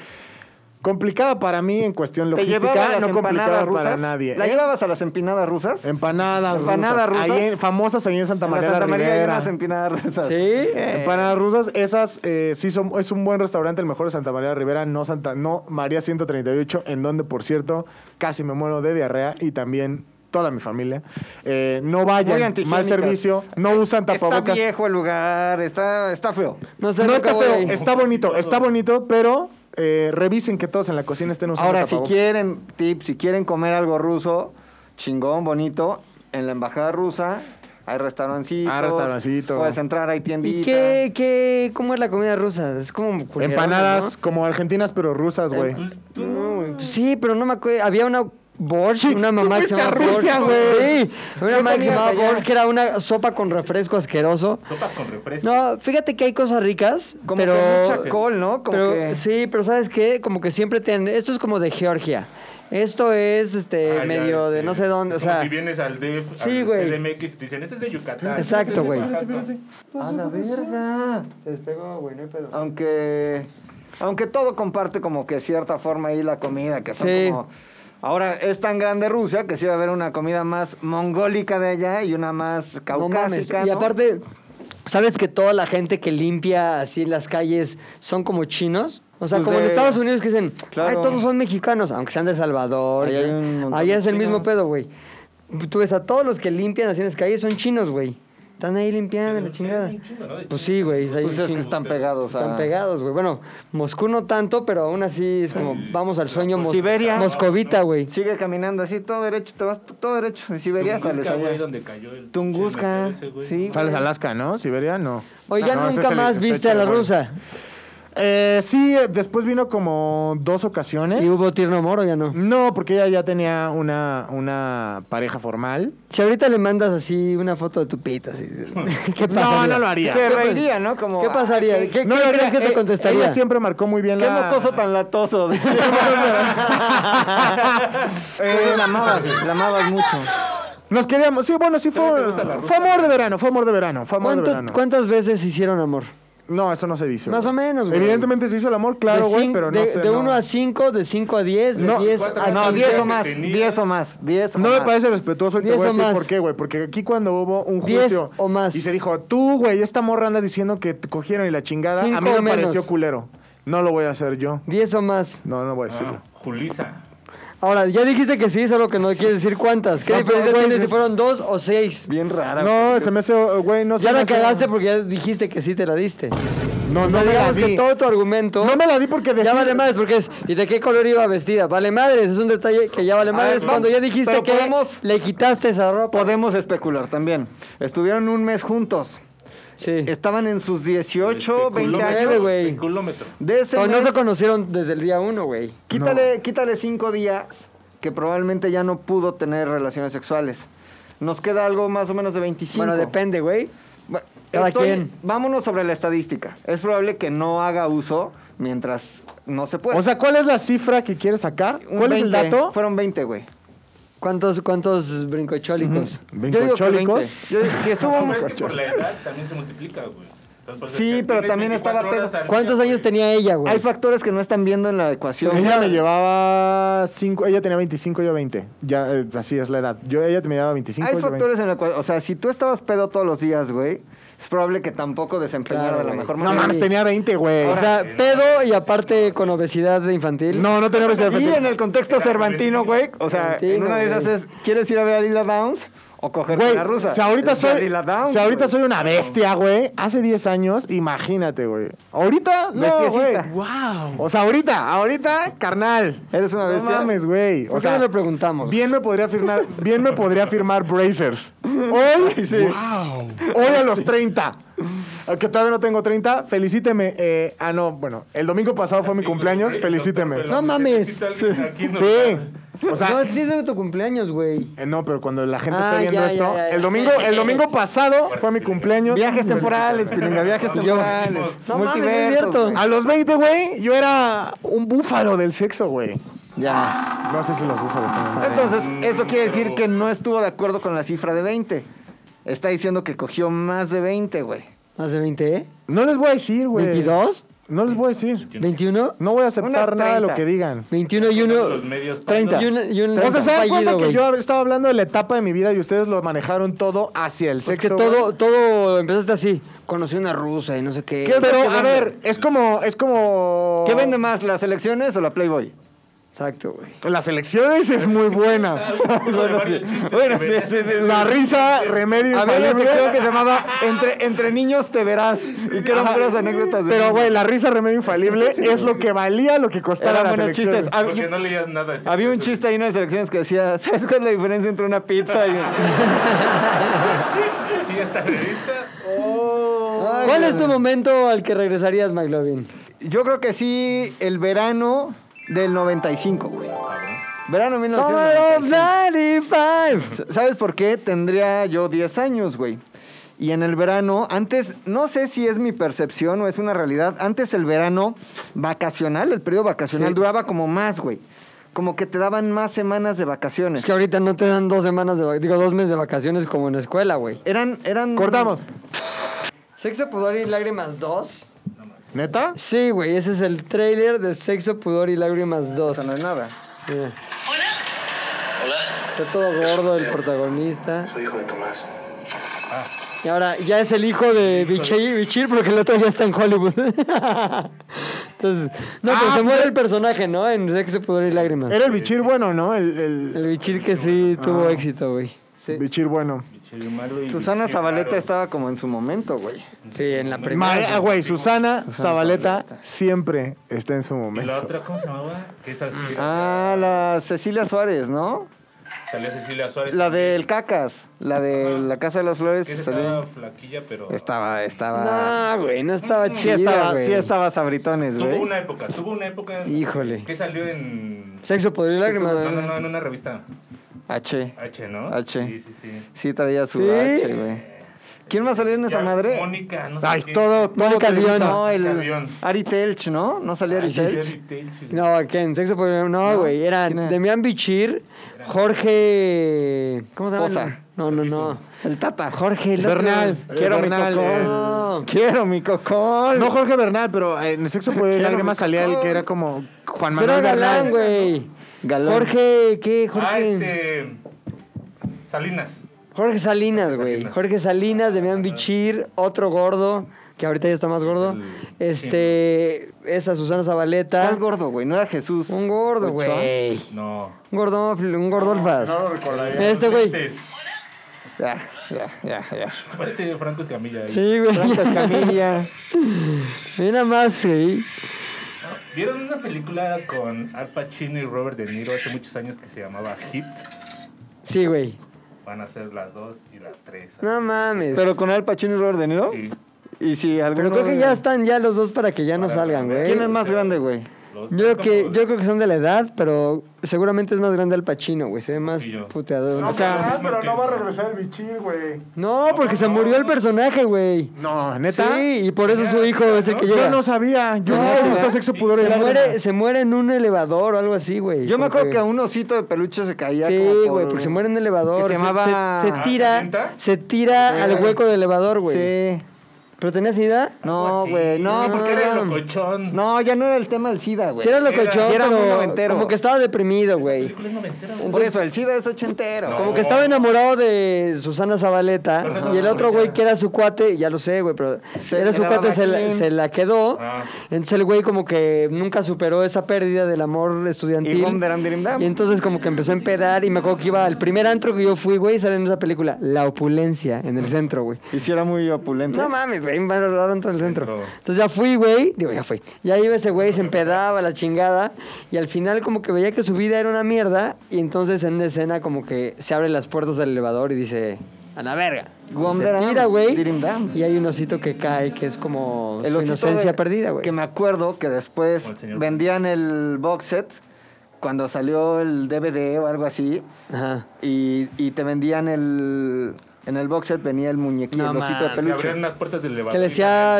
Speaker 4: Complicada para mí en cuestión
Speaker 2: ¿Te llevaba a
Speaker 4: logística,
Speaker 2: las
Speaker 4: no complicada
Speaker 2: empanadas rusas?
Speaker 4: para nadie.
Speaker 2: ¿La
Speaker 4: ¿Eh?
Speaker 2: llevabas a las empinadas rusas?
Speaker 4: Empanadas,
Speaker 2: Empanadas
Speaker 4: rusas.
Speaker 2: rusas.
Speaker 4: Ahí en- famosas ahí en Santa
Speaker 2: En la
Speaker 4: María
Speaker 2: Santa
Speaker 4: la
Speaker 2: María hay
Speaker 4: Ribera.
Speaker 2: unas empinadas rusas.
Speaker 1: ¿Sí?
Speaker 2: Eh,
Speaker 4: Empanadas rusas, esas eh, sí son, es un buen restaurante, el mejor de Santa María de Rivera, no Santa, no María 138, en donde por cierto casi me muero de diarrea y también toda mi familia. Eh, no
Speaker 2: Muy
Speaker 4: vayan, mal
Speaker 2: antihigiénicas.
Speaker 4: servicio, no usan
Speaker 2: Está
Speaker 4: tapabocas.
Speaker 2: viejo el lugar, está, está feo.
Speaker 1: No sé,
Speaker 4: No
Speaker 1: nunca
Speaker 4: está
Speaker 1: voy
Speaker 4: feo,
Speaker 1: ahí.
Speaker 4: está bonito, está bonito, pero eh, revisen que todos en la cocina estén usando
Speaker 2: Ahora, si
Speaker 4: tapabocas.
Speaker 2: quieren, tip, si quieren comer algo ruso, chingón, bonito, en la embajada rusa hay restaurancitos.
Speaker 4: Ah, restaurancito.
Speaker 2: Puedes entrar, hay tiendita.
Speaker 1: ¿Y qué, qué, cómo es la comida rusa? Es como culerona,
Speaker 4: Empanadas como argentinas, pero rusas, güey.
Speaker 3: Pues
Speaker 1: ¿no?
Speaker 3: tú.
Speaker 1: No, güey, Sí, pero no me acuerdo. Había una borsch, una mamá que se
Speaker 4: fuiste a
Speaker 1: llamaba
Speaker 4: Rusia,
Speaker 1: borsch.
Speaker 4: güey.
Speaker 1: Sí, una mamá que se
Speaker 2: comías
Speaker 1: llamaba
Speaker 2: allá?
Speaker 1: borsch, que era una sopa con refresco asqueroso.
Speaker 3: Sopa con refresco.
Speaker 1: No, eh, fíjate que hay cosas ricas,
Speaker 2: Como
Speaker 1: pero...
Speaker 2: que mucha col, ¿no? Como
Speaker 1: pero-
Speaker 2: que-
Speaker 1: Sí, pero ¿sabes qué? Como que siempre tienen... Esto es como de Georgia. Esto es, este,
Speaker 3: Ah, ya,
Speaker 1: medio de
Speaker 3: este,
Speaker 1: no sé dónde, o
Speaker 3: es como
Speaker 1: sea...
Speaker 3: si vienes al DF,
Speaker 1: Sí,
Speaker 3: al
Speaker 1: güey.
Speaker 3: CDMX y te dicen, este es de Yucatán.
Speaker 1: Exacto,
Speaker 3: este es de
Speaker 1: güey.
Speaker 3: Oaxaca".
Speaker 2: A la verga.
Speaker 1: Se despegó, güey, no hay pedo.
Speaker 2: Aunque, aunque todo comparte como que cierta forma ahí la comida, que son
Speaker 1: Sí.
Speaker 2: como... Ahora, es tan grande Rusia que sí va a haber una comida más mongólica de allá y una más
Speaker 1: No mames.
Speaker 2: caucásica,
Speaker 1: Y
Speaker 2: ¿no?
Speaker 1: aparte, ¿sabes que toda la gente que limpia así las calles son como chinos? O sea,
Speaker 2: Pues
Speaker 1: como en
Speaker 2: de-
Speaker 1: Estados Unidos que dicen,
Speaker 2: Claro.
Speaker 1: ay, todos son mexicanos, aunque sean de El Salvador.
Speaker 2: Ahí hay un montón
Speaker 1: Allá
Speaker 2: de
Speaker 1: es el mismo
Speaker 2: chinos.
Speaker 1: pedo, güey. Tú ves a todos los que limpian así en las calles son chinos, güey. Están ahí limpiando la
Speaker 3: Sí,
Speaker 1: chingada.
Speaker 3: hay un chingo, ¿no? De
Speaker 1: Pues
Speaker 3: chinos.
Speaker 1: sí, güey. hay un
Speaker 2: Pues es que
Speaker 1: chingo.
Speaker 2: están pegados a...
Speaker 1: Están pegados, güey. Bueno, Moscú no tanto, pero aún así es como, vamos al sueño mos-
Speaker 2: Siberia.
Speaker 1: moscovita, güey.
Speaker 2: Sigue caminando así, todo derecho, te vas todo derecho. En Siberia
Speaker 3: Tunguska,
Speaker 2: sales
Speaker 3: güey,
Speaker 2: allá.
Speaker 3: donde cayó el
Speaker 2: Tunguska,
Speaker 3: pinche meteoro ese, güey.
Speaker 2: sí.
Speaker 4: Sales a Alaska, ¿no? Siberia, no.
Speaker 1: Oye, ya
Speaker 4: No, ese es
Speaker 1: nunca
Speaker 4: el-
Speaker 1: más
Speaker 4: está
Speaker 1: viste a la
Speaker 4: Chernobyl.
Speaker 1: rusa.
Speaker 4: Eh, sí, eh, después vino como dos ocasiones.
Speaker 1: ¿Y hubo tierno moro ya no?
Speaker 4: No, porque ella ya tenía una, una pareja formal.
Speaker 1: Si ahorita le mandas así una foto de tu pita, así. ¿Qué pasaría?
Speaker 4: No, no lo haría.
Speaker 2: Se
Speaker 1: ¿Qué pa-
Speaker 2: reiría, ¿no? Como,
Speaker 1: ¿Qué pasaría?
Speaker 2: "Ay,
Speaker 1: ¿Qué,
Speaker 4: no
Speaker 1: qué
Speaker 4: lo
Speaker 1: crees
Speaker 4: haría.
Speaker 1: que te
Speaker 4: Eh,
Speaker 1: contestaría?
Speaker 4: Ella siempre marcó muy bien
Speaker 2: Qué
Speaker 4: la...
Speaker 2: mocoso tan latoso. Eh, la amabas, la amabas mucho.
Speaker 4: Nos queríamos... Sí, bueno, sí fue... Fue amor de verano, fue amor de verano, fue amor de
Speaker 1: ¿Cuánto-
Speaker 4: verano.
Speaker 1: ¿Cuántas veces hicieron amor?
Speaker 4: No, eso no se dice.
Speaker 1: Más
Speaker 4: güey.
Speaker 1: o menos, güey.
Speaker 4: Evidentemente se hizo el amor, claro,
Speaker 1: De
Speaker 4: güey,
Speaker 1: cin-
Speaker 4: pero no
Speaker 1: de,
Speaker 4: sé.
Speaker 1: De
Speaker 4: no.
Speaker 1: 1 a 5, de 5 a 10, de
Speaker 4: No,
Speaker 1: 10
Speaker 3: cuatro
Speaker 1: a
Speaker 3: veces.
Speaker 2: No,
Speaker 1: 15.
Speaker 2: 10 o más,
Speaker 3: Tenía.
Speaker 2: 10 o más, 10 o
Speaker 4: No
Speaker 2: más.
Speaker 4: me parece respetuoso y te
Speaker 1: Diez
Speaker 4: voy a
Speaker 1: o
Speaker 4: decir
Speaker 1: más.
Speaker 4: por qué, güey. Porque aquí cuando hubo un
Speaker 1: Diez
Speaker 4: juicio
Speaker 1: o más.
Speaker 4: y se dijo, tú, güey, esta morra anda diciendo que te cogieron y la chingada,
Speaker 1: Cinco
Speaker 4: a mí me
Speaker 1: o menos.
Speaker 4: pareció culero. No lo voy a hacer yo.
Speaker 1: 10 o más.
Speaker 4: No, no voy a decirlo.
Speaker 3: Ah, Julisa.
Speaker 1: Ahora, ya dijiste que sí, solo que no quieres decir cuántas. ¿Qué
Speaker 4: No, pero,
Speaker 1: diferencia
Speaker 4: güey,
Speaker 1: tiene
Speaker 4: yo-
Speaker 1: si fueron 2 o 6?
Speaker 2: Bien rara.
Speaker 4: No, se me hace, eh, güey, no se
Speaker 1: Ya
Speaker 4: me
Speaker 1: la
Speaker 4: hace-
Speaker 1: cagaste porque ya dijiste que sí te la diste.
Speaker 4: No,
Speaker 1: O
Speaker 4: Pues no
Speaker 1: sea,
Speaker 4: me la
Speaker 1: digamos que
Speaker 4: di.
Speaker 1: todo tu argumento.
Speaker 4: No me la di porque decía.
Speaker 1: Ya vale madres porque es. ¿Y de qué color iba vestida? Vale madres, es un detalle que ya vale madres.
Speaker 2: no,
Speaker 1: cuando ya dijiste
Speaker 2: pero
Speaker 1: que
Speaker 2: podemos-
Speaker 1: le quitaste esa ropa.
Speaker 2: Podemos especular también. Estuvieron un mes juntos.
Speaker 1: Sí.
Speaker 4: Este
Speaker 2: Estaban en sus 18, 20
Speaker 1: Especuló.
Speaker 2: años.
Speaker 1: güey.
Speaker 3: El Este, culómetro.
Speaker 2: De ese
Speaker 1: Pero no
Speaker 2: mes,
Speaker 1: se conocieron desde el día uno, güey.
Speaker 2: quítale, quítale 5 días que probablemente ya no pudo tener relaciones sexuales. Nos queda algo más o menos de 25.
Speaker 1: Bueno, depende, güey.
Speaker 2: Bueno,
Speaker 1: Cada
Speaker 2: estoy-
Speaker 1: quien.
Speaker 2: Vámonos sobre la estadística. Es probable que no haga uso mientras no se pueda.
Speaker 4: O sea, ¿cuál es la cifra que quieres sacar?
Speaker 2: Un
Speaker 4: ¿Cuál es el
Speaker 2: 20,
Speaker 4: dato?
Speaker 2: Fueron 20, güey.
Speaker 1: ¿Cuántos, cuántos brincochólicos?
Speaker 2: Yo digo que
Speaker 4: ¿Vincochólicos?
Speaker 2: 20. Yo digo- si estuvo
Speaker 3: No,
Speaker 2: un-
Speaker 3: pero es que por la edad también se multiplica, güey. Entonces, pues,
Speaker 2: Sí,
Speaker 3: este,
Speaker 2: pero
Speaker 3: tienes
Speaker 2: también estaba
Speaker 3: 24 horas
Speaker 2: pedo.
Speaker 3: al
Speaker 1: ¿Cuántos
Speaker 3: día,
Speaker 1: años
Speaker 3: güey.
Speaker 1: tenía ella, güey?
Speaker 2: Hay factores que no están viendo en la ecuación.
Speaker 4: Ella Pues me llevaba 5, ella tenía 25, yo 20. Ya, eh, así es la edad. Yo, ella me llevaba 25,
Speaker 2: Hay
Speaker 4: yo 20.
Speaker 2: factores en la ecuación. O sea, si tú estabas pedo todos los días, güey, es probable que tampoco desempeñara
Speaker 1: Claro,
Speaker 2: de la
Speaker 1: güey.
Speaker 2: mejor
Speaker 4: No
Speaker 2: manera.
Speaker 4: mames, tenía 20, güey.
Speaker 1: O sea, pedo y aparte con obesidad infantil.
Speaker 4: eh, no, no tenía obesidad
Speaker 2: y
Speaker 4: infantil.
Speaker 2: en el contexto cervantino, güey, o sea, en
Speaker 1: Cervantino,
Speaker 2: una de esas
Speaker 1: güey.
Speaker 2: es, ¿quieres ir a ver a Lila Downs o coger
Speaker 4: Güey,
Speaker 2: una rusa?
Speaker 4: si ahorita
Speaker 2: Es ver
Speaker 4: soy,
Speaker 2: Lila Downs,
Speaker 4: si ahorita
Speaker 2: güey.
Speaker 4: soy una bestia, güey, hace 10 años, imagínate, güey. Ahorita, no, güey.
Speaker 2: Bestiecita.
Speaker 4: Wow. O sea, ahorita, ahorita, carnal.
Speaker 2: Eres una
Speaker 4: No
Speaker 2: bestia.
Speaker 4: mames, güey. O
Speaker 1: ¿Por qué
Speaker 4: sea,
Speaker 1: no le preguntamos?
Speaker 4: bien me podría firmar, bien me podría firmar Brazers. Hoy, hoy a los 30. Aunque todavía no tengo 30, felicíteme. eh, ah, no, bueno, el domingo pasado fue
Speaker 3: Ah,
Speaker 4: mi
Speaker 3: Sí, pues,
Speaker 4: cumpleaños,
Speaker 3: güey, eh,
Speaker 4: felicíteme.
Speaker 3: doctor,
Speaker 1: No mames.
Speaker 3: necesita alguien aquí, no,
Speaker 4: Sí. O sea,
Speaker 1: No, sí es de tu cumpleaños, güey.
Speaker 4: eh, No, pero cuando la gente
Speaker 1: Ah,
Speaker 4: está viendo
Speaker 1: ya,
Speaker 4: esto,
Speaker 1: ya, ya, ya.
Speaker 4: el domingo, el domingo pasado fue mi cumpleaños.
Speaker 2: Viajes temporales, pilinga, viajes
Speaker 3: Yo-
Speaker 2: temporales.
Speaker 1: No mames,
Speaker 2: Multiversos,
Speaker 1: es cierto.
Speaker 2: güey.
Speaker 4: A los 20, güey, yo era un búfalo del sexo, güey.
Speaker 1: Ah.
Speaker 2: Ya.
Speaker 4: No sé si los búfalos también.
Speaker 2: Entonces, eso quiere decir que no estuvo de acuerdo con la cifra de 20. Está diciendo que cogió más de 20, güey.
Speaker 1: ¿Más de 20, eh?
Speaker 4: no les voy a decir, güey.
Speaker 1: ¿22?
Speaker 4: No les voy a decir.
Speaker 1: ¿21?
Speaker 4: No voy a aceptar
Speaker 2: Unas
Speaker 4: nada de lo
Speaker 2: 30.
Speaker 4: que digan.
Speaker 1: 21 y
Speaker 3: Todos
Speaker 1: uno.
Speaker 3: los medios
Speaker 4: 30.
Speaker 1: Y un, y un
Speaker 4: O sea, se dan cuenta
Speaker 1: fallido,
Speaker 4: que
Speaker 1: güey.
Speaker 4: yo estaba hablando de la etapa de mi vida y ustedes lo manejaron todo hacia el
Speaker 1: Es
Speaker 4: sexo.
Speaker 1: Pues que todo, todo empezaste así. Conocí una rusa y no sé qué.
Speaker 4: güey. Pero, a ver, es como, es como.
Speaker 2: ¿Qué vende más, las elecciones o la Playboy?
Speaker 1: Exacto, güey.
Speaker 4: Las elecciones es muy buena.
Speaker 3: Bueno, sí,
Speaker 2: Bueno, sí, sí, sí.
Speaker 4: La risa, remedio
Speaker 2: Había una
Speaker 4: infalible.
Speaker 2: sección que se llamaba entre, entre niños te verás. Y que eran
Speaker 4: Ajá.
Speaker 2: puras anécdotas. de
Speaker 4: Pero,
Speaker 2: niños.
Speaker 4: güey, la risa remedio infalible es lo que valía lo que costara
Speaker 2: Eran
Speaker 4: las
Speaker 2: buenos
Speaker 4: elecciones.
Speaker 2: chistes. Hab-
Speaker 3: Porque no leías nada. sí.
Speaker 2: Había un chiste ahí en las elecciones que decía, ¿sabes cuál es la diferencia entre una pizza y un-?"
Speaker 3: Y esta revista.
Speaker 1: ¿Cuál es tu momento al que regresarías, McLovin?
Speaker 2: Yo creo que sí, el verano del 95, güey. Verano
Speaker 1: Summer of
Speaker 2: 1995.
Speaker 1: 95.
Speaker 2: ¿Sabes por qué? Tendría yo 10 años, güey. Y en el verano, antes, no sé si es mi percepción o es una realidad, antes el verano vacacional, el periodo vacacional
Speaker 1: Sí.
Speaker 2: duraba como más, güey. Como que te daban más semanas de vacaciones.
Speaker 1: Es que ahorita no te dan dos semanas de vac- digo, dos meses de vacaciones como en la escuela, güey.
Speaker 2: Eran, eran...
Speaker 4: Cortamos.
Speaker 1: ¿Sexo, pudor y lágrimas 2?
Speaker 4: ¿Neta?
Speaker 1: Sí, güey, ese es el trailer de Sexo, pudor y lágrimas 2.
Speaker 2: O sea, no es nada.
Speaker 1: Mira,
Speaker 6: Hola,
Speaker 1: está todo gordo el protagonista. Ah.
Speaker 6: soy hijo de Tomás.
Speaker 1: Y ahora ya es el hijo de Bichir, Bichir porque el otro ya está en Hollywood. Entonces, no, pero
Speaker 4: Ah,
Speaker 1: se muere
Speaker 4: pero-
Speaker 1: el personaje, ¿no? En Sexo, pudor y lágrimas.
Speaker 4: Era el bichir bueno, ¿no? El, el-
Speaker 1: El Bichir que sí tuvo éxito, güey. Sí.
Speaker 4: bichir bueno.
Speaker 3: Chirumalo y-
Speaker 2: Susana
Speaker 3: qué
Speaker 2: Zabaleta
Speaker 3: raro.
Speaker 2: estaba como en su momento, güey.
Speaker 1: Sí, en la primera.
Speaker 4: Ma- ah, güey, Susana Zabaleta siempre está en su
Speaker 3: Y la
Speaker 4: momento.
Speaker 3: otra, ¿cómo se llamaba? Que es así.
Speaker 2: Ah, la Cecilia Suárez, ¿no?
Speaker 3: Salió Cecilia Suárez.
Speaker 2: La del Cacas, la de la Casa de las Flores.
Speaker 3: Que esa
Speaker 2: salió-
Speaker 3: estaba flaquilla, pero.
Speaker 2: Estaba, estaba.
Speaker 1: No, Ah, güey, no estaba
Speaker 2: sí
Speaker 1: chida,
Speaker 2: estaba,
Speaker 1: güey.
Speaker 2: sí estaba sabritones,
Speaker 3: Tuvo
Speaker 2: güey.
Speaker 3: una época, tuvo una época.
Speaker 1: Híjole.
Speaker 3: Que salió en.
Speaker 1: Sexo, pudor y lágrimas.
Speaker 3: No, no,
Speaker 1: güey.
Speaker 3: no, en una revista.
Speaker 2: H.
Speaker 3: H, ¿no?
Speaker 2: H.
Speaker 3: Sí, sí, sí.
Speaker 2: Sí traía su
Speaker 1: ¿Sí?
Speaker 2: H, güey. ¿Quién más salió en esa
Speaker 3: Ya,
Speaker 2: madre?
Speaker 3: Mónica, no sé.
Speaker 4: Ay,
Speaker 3: qué.
Speaker 4: todo, todo
Speaker 1: Ah, Mónica
Speaker 4: Televisa.
Speaker 1: León.
Speaker 2: No, el
Speaker 3: Avión.
Speaker 2: Ari Telch, ¿no? ¿No salió Ari
Speaker 3: Ah, Sí,
Speaker 2: Telch?
Speaker 3: Jerry Telch.
Speaker 1: No, ¿qué? ¿En sexo por No, güey. Era
Speaker 2: ¿Quién era?
Speaker 1: Demian Bichir, Jorge. ¿Cómo se llama?
Speaker 2: Poza.
Speaker 1: No, no, no.
Speaker 2: El Tata.
Speaker 1: Jorge el otro.
Speaker 4: Bernal.
Speaker 2: eh. Quiero mi
Speaker 1: eh.
Speaker 4: Bernal,
Speaker 2: cocón.
Speaker 1: No.
Speaker 2: Quiero mi cocón.
Speaker 4: No Jorge Bernal, pero en el sexo fue
Speaker 2: Quiero
Speaker 4: lágrimas
Speaker 2: mi
Speaker 4: salía el que
Speaker 2: cocón.
Speaker 4: era como Juan
Speaker 1: Pero era
Speaker 4: Manuel
Speaker 1: galán,
Speaker 4: Bernal.
Speaker 1: güey.
Speaker 2: Galán.
Speaker 1: Jorge, ¿qué? Jorge.
Speaker 3: Ah, este. Salinas.
Speaker 1: Jorge Salinas, güey. Jorge Salinas, Demian Bichir, otro gordo, que ahorita ya está más gordo. Este, esa Susana Zabaleta.
Speaker 2: ¿Cuál gordo, güey? No era Jesús.
Speaker 1: Un gordo,
Speaker 2: Ochoa.
Speaker 1: güey.
Speaker 3: No.
Speaker 1: Un gordo, un gordolfas. Este, güey.
Speaker 2: Ya, ya, ya, ya.
Speaker 3: Parece Pues Franco Escamilla. ahí.
Speaker 1: Sí, güey.
Speaker 2: Franco Escamilla.
Speaker 1: Mira más, güey.
Speaker 3: ¿Vieron una película con Al Pacino y Robert De Niro hace muchos años que se llamaba Hit?
Speaker 1: Sí, güey.
Speaker 3: Van a ser las dos y las tres.
Speaker 1: No mames.
Speaker 2: Pero con Al Pacino y Robert De Niro.
Speaker 3: Sí,
Speaker 2: Y si alguno...
Speaker 1: Pero creo que ya están ya los dos para que ya no
Speaker 3: Para-
Speaker 1: salgan, güey.
Speaker 2: ¿Quién es más grande, güey?
Speaker 3: los-
Speaker 1: Yo creo, que,
Speaker 3: Pues, como-
Speaker 1: yo creo que son de la edad, pero seguramente es más grande al Pachino, güey. Se ve más
Speaker 3: Sí, yo.
Speaker 1: puteador.
Speaker 4: No,
Speaker 1: No,
Speaker 2: O sea,
Speaker 4: pero no va a regresar el bichir, güey.
Speaker 1: porque se murió el personaje, güey.
Speaker 4: No, neta.
Speaker 1: Sí, y por eso su hijo es el que llega.
Speaker 4: Yo no sabía. Yo
Speaker 1: No,
Speaker 4: no, he visto
Speaker 1: ¿verdad?
Speaker 4: sexo, pudor y
Speaker 1: se,
Speaker 4: lágrimas.
Speaker 1: muere, se muere en un elevador o algo así, güey.
Speaker 2: Yo me
Speaker 1: Como
Speaker 2: acuerdo que a un osito de peluche se caía
Speaker 1: Sí,
Speaker 2: como por-
Speaker 1: güey, porque se muere en un elevador.
Speaker 2: Que se
Speaker 1: Se-
Speaker 2: llamaba-
Speaker 1: Se, se
Speaker 3: Ah,
Speaker 1: tira,
Speaker 3: ¿setenta?
Speaker 1: se tira al hueco del elevador, güey.
Speaker 2: Sí.
Speaker 1: ¿Pero tenías idea?
Speaker 2: No, güey, no,
Speaker 3: Pues porque era
Speaker 2: no.
Speaker 3: el locochón.
Speaker 2: No, ya no era el tema del SIDA, güey.
Speaker 1: Si era locochón,
Speaker 2: Era muy
Speaker 1: pero
Speaker 2: noventero.
Speaker 1: como que estaba deprimido, güey.
Speaker 3: película es noventera, güey.
Speaker 2: Por eso, el SIDA es ochentero.
Speaker 3: No.
Speaker 1: Como que estaba enamorado de Susana
Speaker 3: Pero no
Speaker 1: Zabaleta
Speaker 3: es
Speaker 1: y el otro
Speaker 3: noventera.
Speaker 1: güey que era su cuate, ya lo sé, güey, pero
Speaker 2: Se
Speaker 1: era su
Speaker 2: quedaba
Speaker 1: cuate, se la,
Speaker 2: aquí.
Speaker 1: se la quedó.
Speaker 3: Ah.
Speaker 1: Entonces el güey como que nunca superó esa pérdida del amor estudiantil.
Speaker 2: Y bom, deram, dirim, dam.
Speaker 1: Y entonces como que empezó a empedar y me acuerdo que iba al primer antro que yo fui, güey, y sale en esa película, La Opulencia, en el centro, güey.
Speaker 2: Y si era muy opulento.
Speaker 1: No mames, güey, me agarraron todo el centro.
Speaker 3: Todo.
Speaker 1: Entonces ya fui, güey, digo, ya fui. Ya iba ese güey, se empedaba la chingada y al final como que veía que su vida era una mierda y entonces en una escena como que se abren las puertas del elevador y dice, a la verga. Y
Speaker 2: Wonder
Speaker 1: se tira,
Speaker 2: Am,
Speaker 1: güey.
Speaker 2: dirim dam.
Speaker 1: Y hay un osito que cae que es como su
Speaker 2: osito
Speaker 1: inocencia
Speaker 2: de-
Speaker 1: perdida, güey.
Speaker 2: Que me acuerdo que después
Speaker 3: Como el señor-
Speaker 2: vendían el box set cuando salió el DVD o algo así.
Speaker 1: Ajá.
Speaker 2: Y, y te vendían el. En el box set venía el muñequito,
Speaker 1: No
Speaker 2: el osito
Speaker 1: mames,
Speaker 2: de
Speaker 3: Se
Speaker 2: peluche.
Speaker 3: abrían las puertas del elevador.
Speaker 1: Que le
Speaker 3: y salía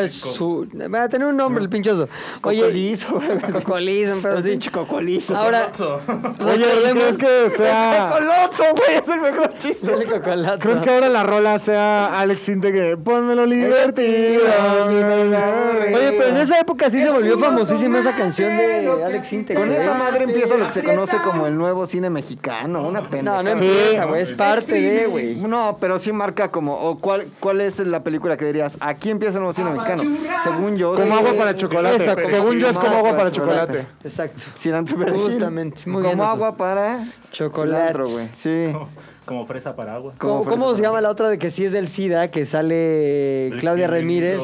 Speaker 1: decía
Speaker 3: el disco.
Speaker 1: su... Va a tener un nombre el pinchoso.
Speaker 2: Cocolizo, güey.
Speaker 1: Cocolizo, un pedo
Speaker 2: El
Speaker 1: así.
Speaker 2: pinche cocolizo.
Speaker 1: Ahora...
Speaker 3: Cocolozo.
Speaker 4: Oye, ¿y
Speaker 1: recordemos-
Speaker 4: ¿crees que sea.
Speaker 2: ¡Cocolozo, güey! Es el mejor chiste.
Speaker 1: Dale cocolazo.
Speaker 4: ¿Crees que ahora la rola sea Alex Sinte que pónmelo divertido? mi bailar"?
Speaker 1: Oye, pero en esa época sí se volvió famosísima esa canción de Alex Intec.
Speaker 2: Con
Speaker 1: güey.
Speaker 2: esa madre empieza lo que se conoce como el nuevo cine mexicano, una
Speaker 1: No,
Speaker 2: pendeja.
Speaker 1: no
Speaker 4: Sí.
Speaker 1: empieza, güey. Es parte de, güey.
Speaker 2: No, pero sí marca como, o cuál, cuál es la película que dirías, aquí empieza el nuevo cine mexicano. Según yo.
Speaker 4: Como
Speaker 2: sí,
Speaker 4: agua
Speaker 2: es-
Speaker 4: para chocolate.
Speaker 1: Exacto.
Speaker 4: Según yo es como agua para chocolate.
Speaker 1: Exacto.
Speaker 2: Cilantro y perejil.
Speaker 1: Justamente, muy
Speaker 2: como
Speaker 1: bien eso.
Speaker 2: agua para
Speaker 1: Chocolate.
Speaker 2: cilantro, güey. Sí.
Speaker 3: Como- Como fresa para agua.
Speaker 1: ¿Cómo,
Speaker 2: fresa
Speaker 1: cómo se llama la otra de que sí es del SIDA, que sale Claudia Ramírez?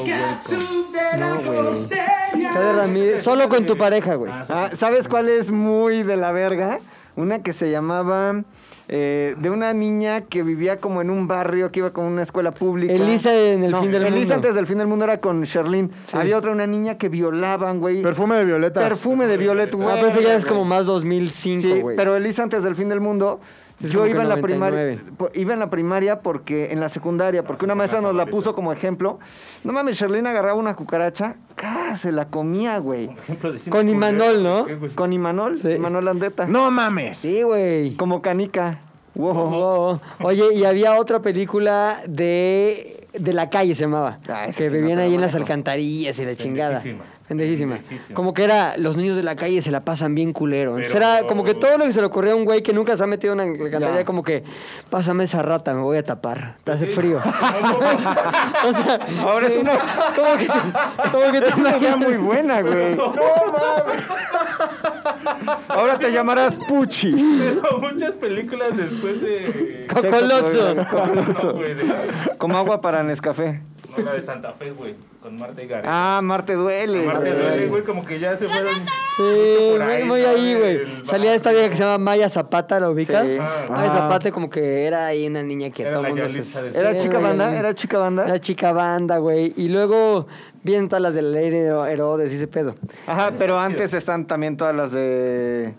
Speaker 1: No, güey. Claudia Ramírez. Solo con tu pareja, güey.
Speaker 2: Ah, ¿Sabes cuál es muy de la verga? Una que se llamaba eh, de una niña que vivía como en un barrio que iba con una escuela pública.
Speaker 1: Elisa en el fin del mundo.
Speaker 2: Elisa antes del fin del mundo era con Sherlyn. Había otra, una niña que violaban, güey.
Speaker 4: Perfume de violetas.
Speaker 2: Perfume de Violet, güey.
Speaker 1: Ah, pero esa ya es como más 2005,
Speaker 2: Sí,
Speaker 1: güey.
Speaker 2: pero Elisa antes del fin del mundo.
Speaker 1: Es
Speaker 2: yo
Speaker 1: como que
Speaker 2: iba en la
Speaker 1: 99.
Speaker 2: primaria, po- iba en la primaria porque en la secundaria, porque una maestra nos la puso como ejemplo. No mames, Sherlyn agarraba una cucaracha, ¡ca! se la comía, güey.
Speaker 3: Ejemplo de cine
Speaker 1: Con
Speaker 3: culero.
Speaker 1: Imanol, ¿no?
Speaker 3: ¿Qué, güey?
Speaker 2: Con Imanol,
Speaker 1: Sí.
Speaker 2: Imanol Andeta.
Speaker 4: No mames.
Speaker 1: Sí, güey.
Speaker 2: Como canica. Wow.
Speaker 1: Oh, oh. Oye, y había otra película de, de la calle, se llamaba.
Speaker 2: Ah, esa
Speaker 1: que
Speaker 2: sí no
Speaker 1: vivían
Speaker 2: te la
Speaker 1: ahí en las
Speaker 2: manejo.
Speaker 1: alcantarillas y la chingada.
Speaker 3: Pendejísima.
Speaker 1: Pendejísima.
Speaker 3: Pendejísima.
Speaker 1: Como que era, los niños de la calle se la pasan bien culero. Entonces
Speaker 3: Pero-
Speaker 1: era como que todo lo que se le ocurría a un güey que nunca se ha metido en una alcantarilla,
Speaker 2: Ya.
Speaker 1: como que, pásame esa rata, me voy a tapar. Te hace frío. o sea,
Speaker 2: Ahora es una
Speaker 1: como que, como que te
Speaker 2: idea
Speaker 1: imaginas-
Speaker 2: muy buena, güey. No mames. Ahora te llamarás Puchi.
Speaker 3: Pero muchas películas después de.
Speaker 1: Cocolozo.
Speaker 3: No, güey, de-
Speaker 2: Como agua para Nescafé.
Speaker 3: no, la de Santa Fe, güey. Con Marta y Gareth.
Speaker 2: Ah, Marte duele.
Speaker 3: Marta y
Speaker 2: güey.
Speaker 3: Gareth, güey, como que ya se fueron.
Speaker 1: Sí,
Speaker 3: Por ahí,
Speaker 1: muy ahí,
Speaker 3: ¿no?
Speaker 1: güey.
Speaker 3: El
Speaker 1: Salía esta
Speaker 3: barrio.
Speaker 1: vieja que se llama Maya Zapata, ¿la ubicas?
Speaker 2: Sí.
Speaker 3: Ah.
Speaker 1: Maya Zapata como que era ahí una niña que
Speaker 3: Era
Speaker 1: todo
Speaker 3: la
Speaker 1: mundo se-
Speaker 3: Yalitza de
Speaker 1: Sí,
Speaker 2: Era chica
Speaker 1: la
Speaker 2: banda,
Speaker 1: Yalitza.
Speaker 2: era chica banda.
Speaker 1: Era chica banda, güey. Y luego vienen todas las de la ley de Hero- Herodes y ese pedo.
Speaker 2: Ajá, pero antes están también todas las de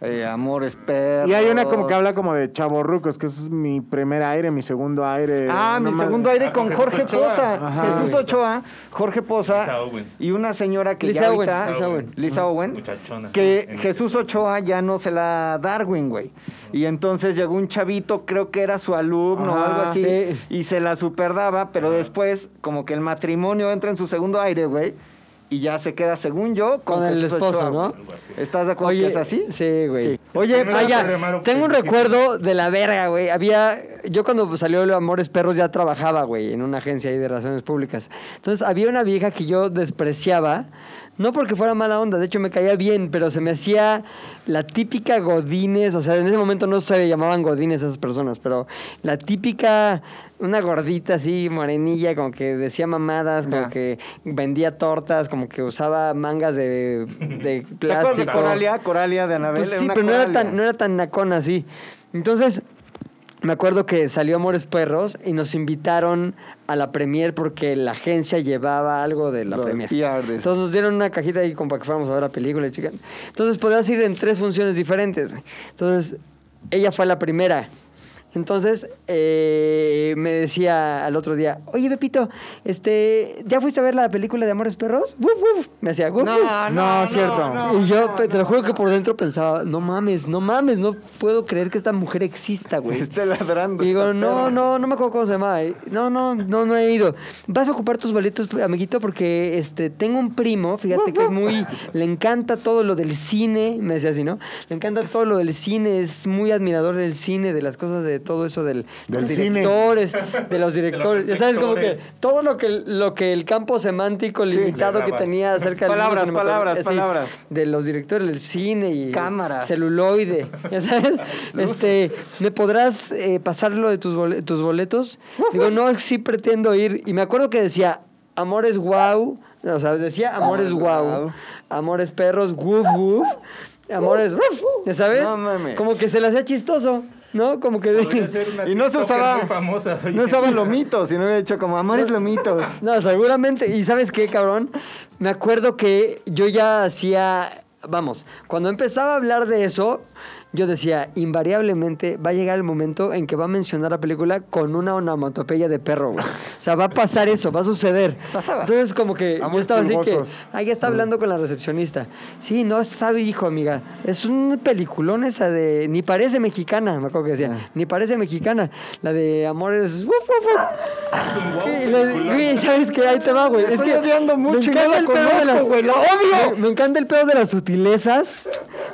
Speaker 2: eh, Amores Perros.
Speaker 4: Y hay una como que habla como de chavorrucos, que es mi primer aire, mi segundo aire.
Speaker 2: Ah,
Speaker 4: no
Speaker 2: mi
Speaker 4: mames.
Speaker 2: segundo aire con
Speaker 3: Jesús
Speaker 2: Jorge
Speaker 3: Ochoa.
Speaker 2: Poza.
Speaker 4: Ajá.
Speaker 2: Jesús Ochoa, Jorge
Speaker 3: Lisa
Speaker 2: Poza
Speaker 3: Owen.
Speaker 2: y una señora que
Speaker 1: Lisa
Speaker 2: ya
Speaker 1: Owen,
Speaker 2: ahorita...
Speaker 1: Lisa Owen.
Speaker 2: Lisa Owen.
Speaker 3: Muchachona.
Speaker 2: Que
Speaker 3: En-
Speaker 2: Jesús Ochoa ya no se la da Darwin, güey. Y entonces llegó un chavito, creo que era su alumno o
Speaker 1: Ajá,
Speaker 2: algo así,
Speaker 1: sí.
Speaker 2: y se la superdaba, pero después como que el matrimonio entra en su segundo aire, güey. Y ya se queda, según yo, con,
Speaker 1: Con el
Speaker 2: Jesús
Speaker 1: esposo,
Speaker 2: Ochoa,
Speaker 1: ¿no?
Speaker 2: güey. ¿Estás de acuerdo que es así?
Speaker 1: Sí, güey.
Speaker 2: Sí. Oye,
Speaker 3: Primero
Speaker 1: Maya,
Speaker 3: te remaron
Speaker 1: tengo un
Speaker 3: pendejísimo.
Speaker 1: recuerdo de la verga, güey. Había. Yo cuando salió Los Amores Perros ya trabajaba, güey, en una agencia ahí de relaciones públicas. Entonces había una vieja que yo despreciaba, no porque fuera mala onda, de hecho me caía bien, pero se me hacía la típica Godines, o sea, en ese momento no se llamaban Godines esas personas, pero la típica. Una gordita así, morenilla, como que decía mamadas, como
Speaker 2: Ya.
Speaker 1: que vendía tortas, como de que usaba mangas de, de
Speaker 2: ¿Te acuerdas de
Speaker 1: plástico.
Speaker 2: Coralia? Coralia de Anabel.
Speaker 1: Pues
Speaker 2: era
Speaker 1: sí,
Speaker 2: una
Speaker 1: pero no era,
Speaker 2: Coralia.
Speaker 1: tan, no era tan nacona así. Entonces, me acuerdo que salió Amores Perros y nos invitaron a la premier porque la agencia llevaba algo de la
Speaker 2: Los
Speaker 1: premier.
Speaker 2: PR de-
Speaker 1: Entonces nos dieron una cajita ahí como para que fuéramos a ver la película. y chica. Entonces podías ir en tres funciones diferentes. güey. Entonces, ella fue la primera. Entonces, eh, me decía al otro día, oye, Pepito, este, ¿ya fuiste a ver la película de Amores Perros? Wuf, wuf. Me hacía, wuf,
Speaker 2: No,
Speaker 1: wuf.
Speaker 2: no,
Speaker 4: No,
Speaker 2: no,
Speaker 4: cierto.
Speaker 2: no,
Speaker 1: y yo,
Speaker 2: no,
Speaker 1: pe- te lo
Speaker 2: no,
Speaker 1: juro que
Speaker 2: no.
Speaker 1: por dentro pensaba, no mames, no mames, no puedo creer que esta mujer exista, güey.
Speaker 2: Esté ladrando.
Speaker 1: Y digo,
Speaker 2: esta
Speaker 1: no,
Speaker 2: perra.
Speaker 1: no, no me acuerdo cómo se llama. No, no, no, no he ido. Vas a ocupar tus boletos, amiguito, porque este tengo un primo, fíjate que es muy, le encanta todo lo del cine, me decía así, ¿no? Le encanta todo lo del cine, es muy admirador del cine, de las cosas de todo eso del, de
Speaker 4: Del
Speaker 1: los
Speaker 4: cine.
Speaker 1: directores, de los directores. Ya sabes como que
Speaker 3: reflectores.
Speaker 1: todo lo que lo que el campo semántico limitado
Speaker 3: Le
Speaker 1: que
Speaker 3: daba.
Speaker 1: tenía acerca del mundo
Speaker 2: Palabras,
Speaker 1: cinematográfico,
Speaker 2: palabras,
Speaker 1: así,
Speaker 2: palabras.
Speaker 1: de los directores del cine y
Speaker 2: Cámaras.
Speaker 1: celuloide, ya sabes. este, ¿me podrás eh, pasar lo de tus, bol- tus boletos? Digo, no, es que sí pretendo ir. Y me acuerdo que decía, amores wow, o sea, decía amores wow, amores perros, woof woof, amores ruf, ya sabes.
Speaker 2: No mames.
Speaker 1: Como que se le hacía chistoso, ¿no? Como que
Speaker 3: Podría ser una
Speaker 2: Y no se
Speaker 3: TikToker
Speaker 2: usaba-
Speaker 3: muy famosa. oye.
Speaker 2: No usaban lomitos, sino hubiera hecho como amores lomitos.
Speaker 1: No, seguramente. ¿Y sabes qué, cabrón? Me acuerdo que yo ya hacía, vamos, cuando empezaba a hablar de eso, yo decía, invariablemente va a llegar el momento en que va a mencionar la película con una onomatopeya de perro, güey. O sea, va a pasar eso, va a suceder.
Speaker 2: Pasaba.
Speaker 1: Entonces, como que yo
Speaker 4: Amores
Speaker 1: estaba así que,
Speaker 4: pulgosos.
Speaker 1: ah, ya está hablando con la recepcionista. Sí, no, está hijo, amiga. Es un peliculón esa de, ni parece mexicana, me acuerdo que decía,
Speaker 4: Ah.
Speaker 1: ni parece mexicana. La de Amores... wuf, wuf, wuf.
Speaker 3: Es un guau
Speaker 1: Sí, lo-
Speaker 3: peliculón.
Speaker 1: güey, ¿sabes qué? Ahí te va, güey.
Speaker 2: La
Speaker 1: Es
Speaker 2: estoy
Speaker 1: que
Speaker 2: odiando
Speaker 1: me
Speaker 2: mucho y no
Speaker 1: encanta
Speaker 2: la
Speaker 1: el pedo de
Speaker 2: conozco,
Speaker 1: las-
Speaker 2: güey, la odio.
Speaker 1: Me, me encanta el pedo de las sutilezas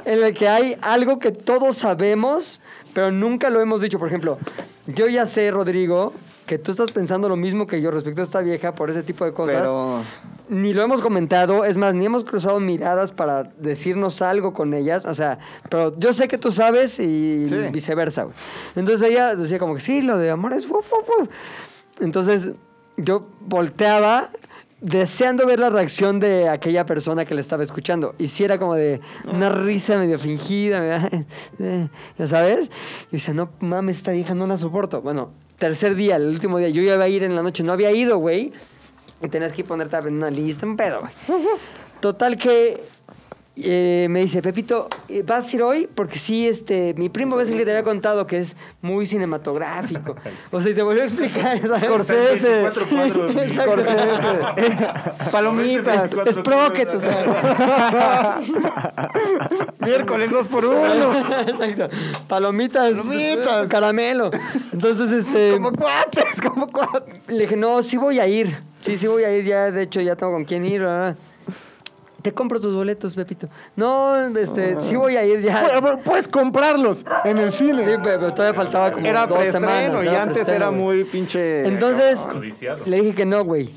Speaker 1: en el que hay algo que todos sabemos, pero nunca lo hemos dicho. Por ejemplo, yo ya sé, Rodrigo, que tú estás pensando lo mismo que yo respecto a esta vieja por ese tipo de cosas.
Speaker 2: Pero.
Speaker 1: Ni lo hemos comentado, es más, ni hemos cruzado miradas para decirnos algo con ellas. O sea, pero yo sé que tú sabes y
Speaker 2: Sí.
Speaker 1: viceversa. güey. Entonces ella decía como que sí, lo de amor es... wuf, wuf, wuf". Entonces yo volteaba deseando ver la reacción de aquella persona que le estaba escuchando. Y si era como de una risa medio fingida, ¿verdad? Eh, ya sabes. Y dice, no mames, esta vieja no la soporto. Bueno, tercer día, el último día, yo ya iba a ir en la noche, no había ido, güey. Y tenías que ponerte a ver una lista, un pedo, güey. Total que eh, me dice, Pepito, eh, ¿vas a ir hoy? Porque sí, este, mi primo es el que te había contado que es muy cinematográfico. O sea, y te volvió a explicar. ¿sabes?
Speaker 2: Scorsese.
Speaker 3: Cuatro cuadros, mi-
Speaker 1: Exacto.
Speaker 2: eh, Scorsese. Palomitas.
Speaker 1: Es Sprocket, o sea.
Speaker 2: Miércoles dos por uno.
Speaker 1: Exacto. Palomitas.
Speaker 2: Palomitas.
Speaker 1: Caramelo. Entonces, este.
Speaker 2: Como cuates, como cuates.
Speaker 1: Le dije, no, sí voy a ir. Sí, sí voy a ir, ya, de hecho, ya tengo con quién ir. ah. Te compro tus boletos, Pepito. No, este, sí voy a ir ya.
Speaker 4: Puedes comprarlos en el cine.
Speaker 1: Sí, pero, pero todavía faltaba como
Speaker 2: Era
Speaker 1: dos
Speaker 2: preestreno
Speaker 1: semanas.
Speaker 2: y antes
Speaker 1: preestreno,
Speaker 2: era
Speaker 1: güey.
Speaker 2: muy pinche.
Speaker 1: Entonces,
Speaker 3: Codiciado.
Speaker 1: le dije que no, güey.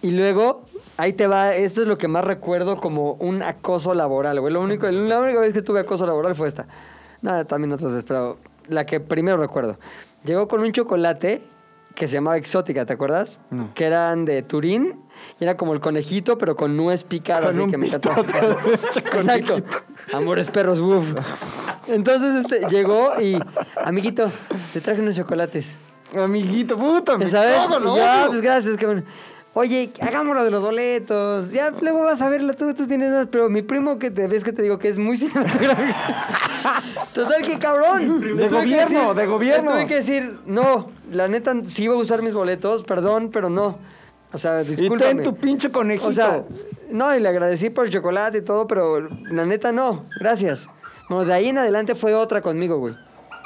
Speaker 1: Y luego, ahí te va, esto es lo que más recuerdo como un acoso laboral, güey. Lo único, la única vez que tuve acoso laboral fue esta. Nada, también otras veces, pero la que primero recuerdo. Llegó con un chocolate que se llamaba Exótica, ¿te acuerdas? Que eran de Turín. Y era como el conejito, pero con nuez picada, así que me encantó. Exacto. Amores perros, woof. Entonces este, llegó y, amiguito, te traje unos chocolates.
Speaker 2: Amiguito, puta.
Speaker 1: Ya
Speaker 2: me
Speaker 1: sabes,
Speaker 2: cago, lo
Speaker 1: ya,
Speaker 2: odio.
Speaker 1: pues gracias, cabrón. Oye, hagámoslo de los boletos. Ya pues, luego vas a verlo, tú, tú tienes más. Pero mi primo que te ves que te digo que es muy cinematográfico. Total, que cabrón. Le tuve que
Speaker 2: gobierno, de
Speaker 1: le
Speaker 2: gobierno.
Speaker 1: Tuve que decir, no, la neta sí iba a usar mis boletos, perdón, pero no. O sea,
Speaker 2: Y
Speaker 1: discúlpame.
Speaker 2: ten tu pinche conejito.
Speaker 1: O sea, no, y le agradecí por el chocolate y todo, pero la neta no, gracias. Bueno, de ahí en adelante fue otra conmigo, güey.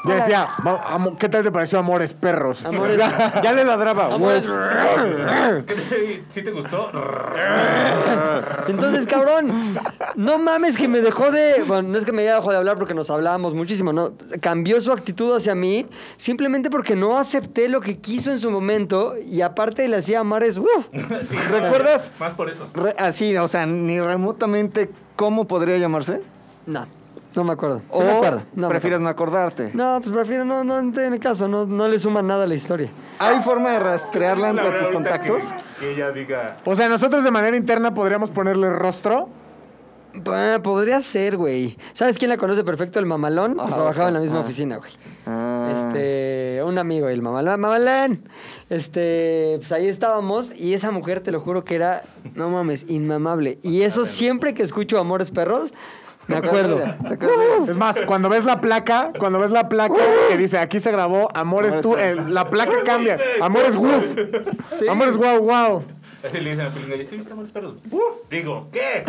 Speaker 4: Yo decía, "Va- amo- ¿qué tal te pareció Amores Perros?
Speaker 1: Amores-
Speaker 4: ya le ladraba.
Speaker 3: ¿Qué te- ¿Sí te gustó?
Speaker 1: Entonces, cabrón, no mames que me dejó de... Bueno, no es que me haya dejado de hablar porque nos hablábamos muchísimo, ¿no? Cambió su actitud hacia mí simplemente porque no acepté lo que quiso en su momento y aparte le hacía mares... ¡Uf!
Speaker 3: Sí,
Speaker 2: ¿Recuerdas?
Speaker 3: Más por eso.
Speaker 2: Re- así, o sea, ni remotamente, ¿cómo podría llamarse?
Speaker 1: No, no me acuerdo. No
Speaker 2: o
Speaker 1: me acuerdo. No me
Speaker 2: prefieres
Speaker 1: acuerdo.
Speaker 2: no acordarte.
Speaker 1: No, pues prefiero no, no el caso, no, no le suma nada a la historia.
Speaker 2: ¿Hay forma de rastrearla
Speaker 3: La
Speaker 2: entre
Speaker 3: verdad,
Speaker 2: tus
Speaker 3: ahorita
Speaker 2: contactos?
Speaker 3: Que, que ella diga.
Speaker 4: O sea, nosotros de manera interna podríamos ponerle rostro.
Speaker 1: Ah, podría ser, güey. ¿Sabes quién la conoce perfecto? El mamalón.
Speaker 2: Ajá,
Speaker 1: Trabajaba en la
Speaker 2: Oscar.
Speaker 1: misma
Speaker 2: Ah.
Speaker 1: oficina, güey.
Speaker 2: Ah.
Speaker 1: Este, un amigo, el mamalán. Mamalán. Este, pues ahí estábamos y esa mujer, Ah, te lo juro que era, no mames, inmamable. Y eso siempre que escucho Amores Perros, Me acuerdo.
Speaker 2: ¿Te acuerdas?
Speaker 4: Es más, cuando ves la placa, cuando ves la placa que dice aquí se grabó Amores tú, el- la placa cambia. Amores woof. Amores wow wow.
Speaker 3: Así le dicen a Pilinga, ¿y si viste a los perros? ¡Uf! Digo, ¿qué?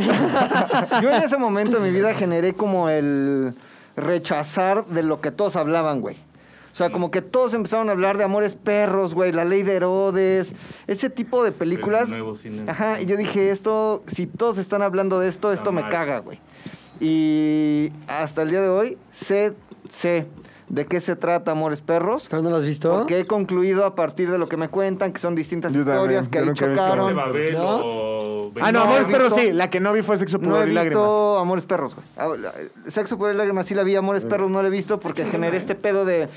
Speaker 2: Yo en ese momento de mi vida generé como el rechazar de lo que todos hablaban, güey. O sea, como que todos empezaron a hablar de Amores Perros, güey, La Ley de Herodes, ese tipo de películas.
Speaker 3: El nuevo cine.
Speaker 2: Ajá, y yo dije, esto, si todos están hablando de esto, esto me
Speaker 3: mal.
Speaker 2: caga, güey. Y hasta el día de hoy sé, sé de qué se trata Amores Perros.
Speaker 1: ¿Pero no lo has visto?
Speaker 2: Porque he concluido a partir de lo que me cuentan, que son distintas
Speaker 4: Yo también,
Speaker 2: historias que
Speaker 4: yo
Speaker 2: ahí
Speaker 4: nunca he visto
Speaker 3: ¿De
Speaker 2: chocaron.
Speaker 4: Amores
Speaker 3: Babel o...
Speaker 4: Ah, no,
Speaker 2: No,
Speaker 4: Amores
Speaker 2: he
Speaker 4: Perros
Speaker 2: visto-
Speaker 4: sí. La que no vi fue Sexo,
Speaker 2: No he
Speaker 4: Pudor y
Speaker 2: visto
Speaker 4: Lágrimas.
Speaker 2: Amores Perros, güey. Ah, la- Sexo, por y Lágrimas sí la vi, Amores Perros no la he visto porque generé este pedo de...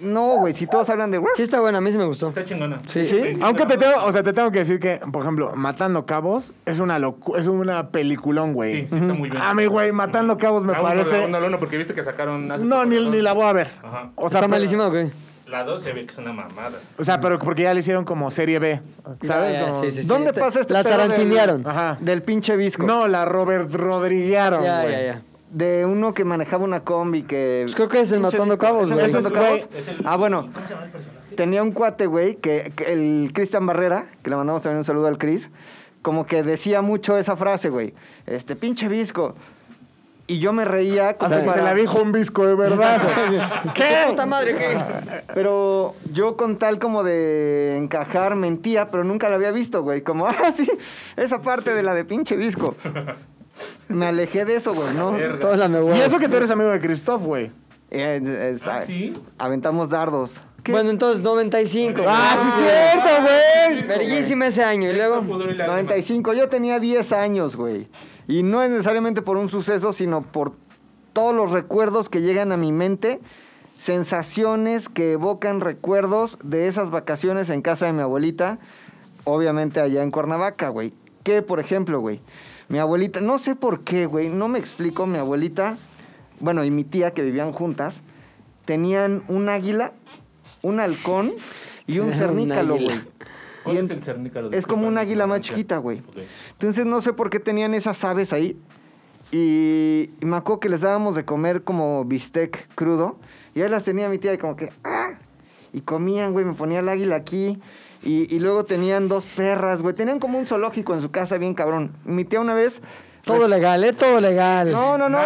Speaker 2: No, güey, si todos hablan de...
Speaker 1: Sí, está buena, a mí sí me gustó.
Speaker 3: Está chingona.
Speaker 1: Sí.
Speaker 3: ¿Sí?
Speaker 4: Aunque te tengo, o sea, te tengo que decir que, por ejemplo, Matando Cabos es una locu es una peliculón, güey.
Speaker 3: Sí, sí, está muy bien. Ah,
Speaker 4: A mí, Ah, güey, Matando Cabos me
Speaker 3: La uno,
Speaker 4: parece.
Speaker 3: La uno, la uno, porque viste que sacaron... hace
Speaker 4: no,
Speaker 3: poco
Speaker 4: ni, ni la voy a ver.
Speaker 3: Ajá.
Speaker 4: O
Speaker 1: ¿Está
Speaker 4: sea, pero-
Speaker 1: malísima o qué?
Speaker 3: La dos se ve que es una mamada.
Speaker 4: O sea, pero porque ya le hicieron como serie B. ¿Sabes?
Speaker 1: Ya, ya,
Speaker 4: Como-
Speaker 1: ah, sí, sí, sí.
Speaker 2: ¿Dónde
Speaker 1: Te-
Speaker 2: pasa este
Speaker 1: La
Speaker 2: pedo del-
Speaker 1: tarantinearon.
Speaker 4: Ajá.
Speaker 2: Del pinche visco.
Speaker 4: No, la Robert Rodriguearon,
Speaker 1: Ya,
Speaker 4: güey.
Speaker 1: ya, ya.
Speaker 2: De uno que manejaba una combi que...
Speaker 1: Pues creo que es el
Speaker 2: Pinche
Speaker 1: Matando
Speaker 2: disco.
Speaker 1: Cabos,
Speaker 2: ¿Es el
Speaker 1: güey.
Speaker 2: Matando
Speaker 4: Eso es, güey.
Speaker 2: Cabos?
Speaker 3: Es el-
Speaker 2: Ah, bueno.
Speaker 3: ¿Cómo se llama el personaje?
Speaker 2: Tenía un cuate, güey, que, que el Cristian Barrera, que le mandamos también un saludo al Cris, como que decía mucho esa frase, güey. Este pinche visco. Y yo me reía
Speaker 4: O
Speaker 2: como
Speaker 4: sea, que se
Speaker 2: para-
Speaker 4: la dijo un visco, de verdad. ¿Qué?
Speaker 1: madre qué?
Speaker 2: Pero yo con tal como de encajar mentía, pero nunca la había visto, güey. Como, ah, sí, esa parte de la de pinche disco. Me alejé de eso, güey, ¿no?
Speaker 3: Verga.
Speaker 1: Todos la me
Speaker 4: Y
Speaker 1: huevo.
Speaker 4: eso que tú eres amigo de Christoph, güey.
Speaker 2: Eh, eh,
Speaker 3: Ah, ¿sí?
Speaker 2: Aventamos dardos. ¿Qué?
Speaker 1: Bueno, entonces 95.
Speaker 4: ¡Ah, sí,
Speaker 1: güey.
Speaker 4: es cierto, güey!
Speaker 1: Verguísima ese año. Y
Speaker 3: Sexo,
Speaker 1: luego.
Speaker 3: pudor y lágrimas.
Speaker 2: 95, yo tenía 10 años, güey. Y no es necesariamente por un suceso, sino por todos los recuerdos que llegan a mi mente, sensaciones que evocan recuerdos de esas vacaciones en casa de mi abuelita, obviamente allá en Cuernavaca, güey. Que, por ejemplo, güey, mi abuelita, no sé por qué, güey, no me explico, mi abuelita, bueno, y mi tía que vivían juntas, tenían un águila, un halcón y un
Speaker 1: Un
Speaker 2: cernícalo,
Speaker 1: águila.
Speaker 2: güey.
Speaker 3: ¿Cuál
Speaker 2: Y
Speaker 3: es
Speaker 2: en-
Speaker 3: el cernícalo?
Speaker 2: es como un
Speaker 3: Disculpa,
Speaker 2: águila más
Speaker 3: ignorancia.
Speaker 2: chiquita, güey.
Speaker 3: Ok.
Speaker 2: Entonces no sé por qué tenían esas aves ahí. Y y me acuerdo que les dábamos de comer como bistec crudo. Y ahí las tenía mi tía y como que... ¡Ah! Y comían, güey, me ponía el águila aquí. Y, y luego tenían dos perras, güey. Tenían como un zoológico en su casa, bien cabrón. Mi tía una vez...
Speaker 1: Todo legal, ¿eh? Todo legal.
Speaker 2: No, no, no.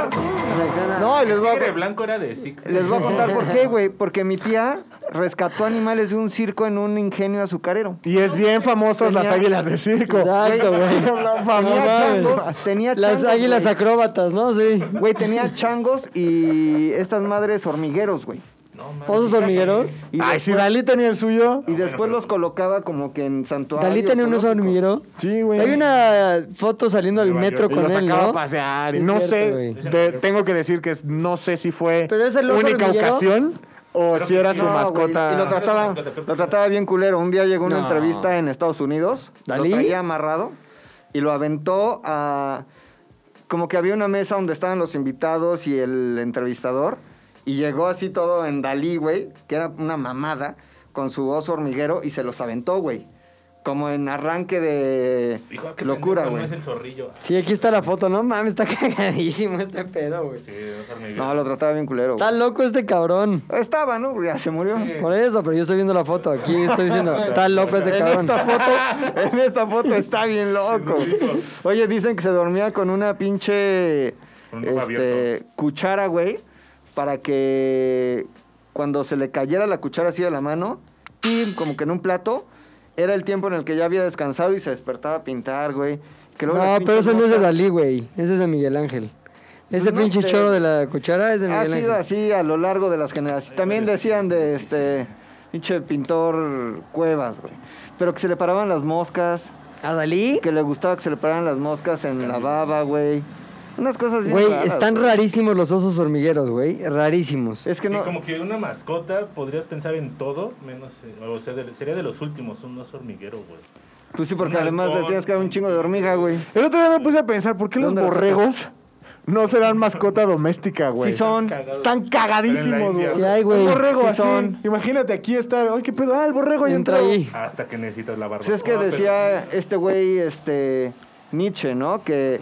Speaker 2: No, y les
Speaker 3: El
Speaker 2: voy a...
Speaker 3: tigre blanco era de Siegfried.
Speaker 2: Les voy a contar por qué, güey. Porque mi tía rescató animales de un circo en un ingenio azucarero.
Speaker 4: Y es bien famosas las
Speaker 2: Tenía-
Speaker 4: águilas de circo.
Speaker 1: Exacto, güey.
Speaker 4: La
Speaker 2: Tenía
Speaker 4: famosa.
Speaker 2: changos, tenía
Speaker 1: Ah, Las
Speaker 2: changos,
Speaker 1: águilas
Speaker 2: güey.
Speaker 1: acróbatas, ¿no? Sí.
Speaker 2: Güey, tenía changos y estas madres hormigueros, güey.
Speaker 3: No, mames.
Speaker 1: ¿Osos hormigueros?
Speaker 2: Y,
Speaker 4: Ay,
Speaker 2: des-
Speaker 4: si Dalí tenía el suyo.
Speaker 2: y después los colocaba como que en santuarios.
Speaker 1: Dalí tenía un oso
Speaker 2: zoológicos.
Speaker 1: hormiguero.
Speaker 4: Sí, güey.
Speaker 1: Hay una foto saliendo del
Speaker 3: Nueva
Speaker 1: metro
Speaker 4: Y
Speaker 1: con
Speaker 4: lo
Speaker 1: él,
Speaker 4: sacaba
Speaker 1: ¿no?
Speaker 4: a pasear. y
Speaker 1: Sí, es
Speaker 4: no
Speaker 1: cierto,
Speaker 4: sé,
Speaker 1: güey.
Speaker 4: te- tengo que decir que es- no sé si fue
Speaker 1: ¿Pero es el oso
Speaker 4: única
Speaker 1: hormiguero?
Speaker 4: ocasión o si era su
Speaker 2: No, güey,
Speaker 4: mascota.
Speaker 2: Y lo trataba, lo trataba bien culero. Un día llegó
Speaker 1: No.
Speaker 2: una entrevista en Estados Unidos.
Speaker 1: ¿Dalí?
Speaker 2: Lo traía amarrado y lo aventó a. Como que había una mesa donde estaban los invitados y el entrevistador. Y llegó así todo en Dalí, güey, que era una mamada, con su oso hormiguero y se los aventó, güey. Como en arranque de
Speaker 3: Dijo, ah, qué
Speaker 2: locura,
Speaker 3: pendejo,
Speaker 2: güey.
Speaker 3: No es el zorrillo. Ah,
Speaker 1: Sí, aquí está la foto, no mames, está cagadísimo este pedo, güey.
Speaker 3: Sí, no es hormiguero.
Speaker 2: No, lo trataba bien culero.
Speaker 1: Está
Speaker 2: güey.
Speaker 1: loco este cabrón.
Speaker 2: Estaba, ¿no? Ya se murió.
Speaker 1: Por eso, pero yo estoy viendo la foto. Aquí estoy diciendo, está loco este
Speaker 2: Pues, En
Speaker 1: cabrón.
Speaker 2: esta foto, en esta foto está bien loco. Oye, dicen que se dormía con una pinche
Speaker 3: Con un ojo
Speaker 2: este,
Speaker 3: abierto.
Speaker 2: cuchara, güey, para que cuando se le cayera la cuchara así de la mano, ¡pim! como que en un plato, era el tiempo en el que ya había descansado y se despertaba a pintar, güey. Que luego
Speaker 1: No,
Speaker 2: las
Speaker 1: pero eso no es de
Speaker 2: pinches
Speaker 1: Dalí, güey. Ese es de Miguel Ángel. Ese
Speaker 2: Pues no
Speaker 1: pinche
Speaker 2: sé. Ah,
Speaker 1: choro de la cuchara es de
Speaker 2: Ha
Speaker 1: Miguel
Speaker 2: sido
Speaker 1: Ángel.
Speaker 2: así a lo largo de las generaciones. También decían de este pinche pintor Cuevas, güey. Pero que se le paraban las moscas.
Speaker 1: ¿A Dalí?
Speaker 2: Que le gustaba que se le pararan las moscas en la baba, güey. Unas cosas bien.
Speaker 1: Güey,
Speaker 2: raras,
Speaker 1: están
Speaker 2: güey. Eh,
Speaker 1: rarísimos los osos hormigueros, güey. Rarísimos.
Speaker 2: Es que
Speaker 3: Sí,
Speaker 2: no.
Speaker 3: como que una mascota podrías pensar en todo, menos. eh, O sea, del- sería de los últimos, un oso hormiguero, güey.
Speaker 2: Pues sí, porque
Speaker 3: un
Speaker 2: además le
Speaker 3: halcón.
Speaker 2: tienes que dar un chingo de hormiga, güey.
Speaker 4: El otro día me puse a pensar, ¿por qué los
Speaker 2: ¿Dónde lo
Speaker 4: borregos no serán mascota doméstica, güey?
Speaker 2: Sí son.
Speaker 3: Cagados. Pero
Speaker 4: Están
Speaker 3: en la
Speaker 4: cagadísimos,
Speaker 3: India,
Speaker 4: güey.
Speaker 1: Sí hay, güey.
Speaker 4: Un borrego
Speaker 2: Sí
Speaker 4: así.
Speaker 2: son.
Speaker 4: Imagínate aquí estar. Ay, qué pedo. Ah, el borrego ya
Speaker 1: Entra
Speaker 4: entró.
Speaker 1: ahí.
Speaker 3: Ah, Hasta que necesitas la barba.
Speaker 2: Pues es que decía este güey, este. Nietzsche, ¿no? Que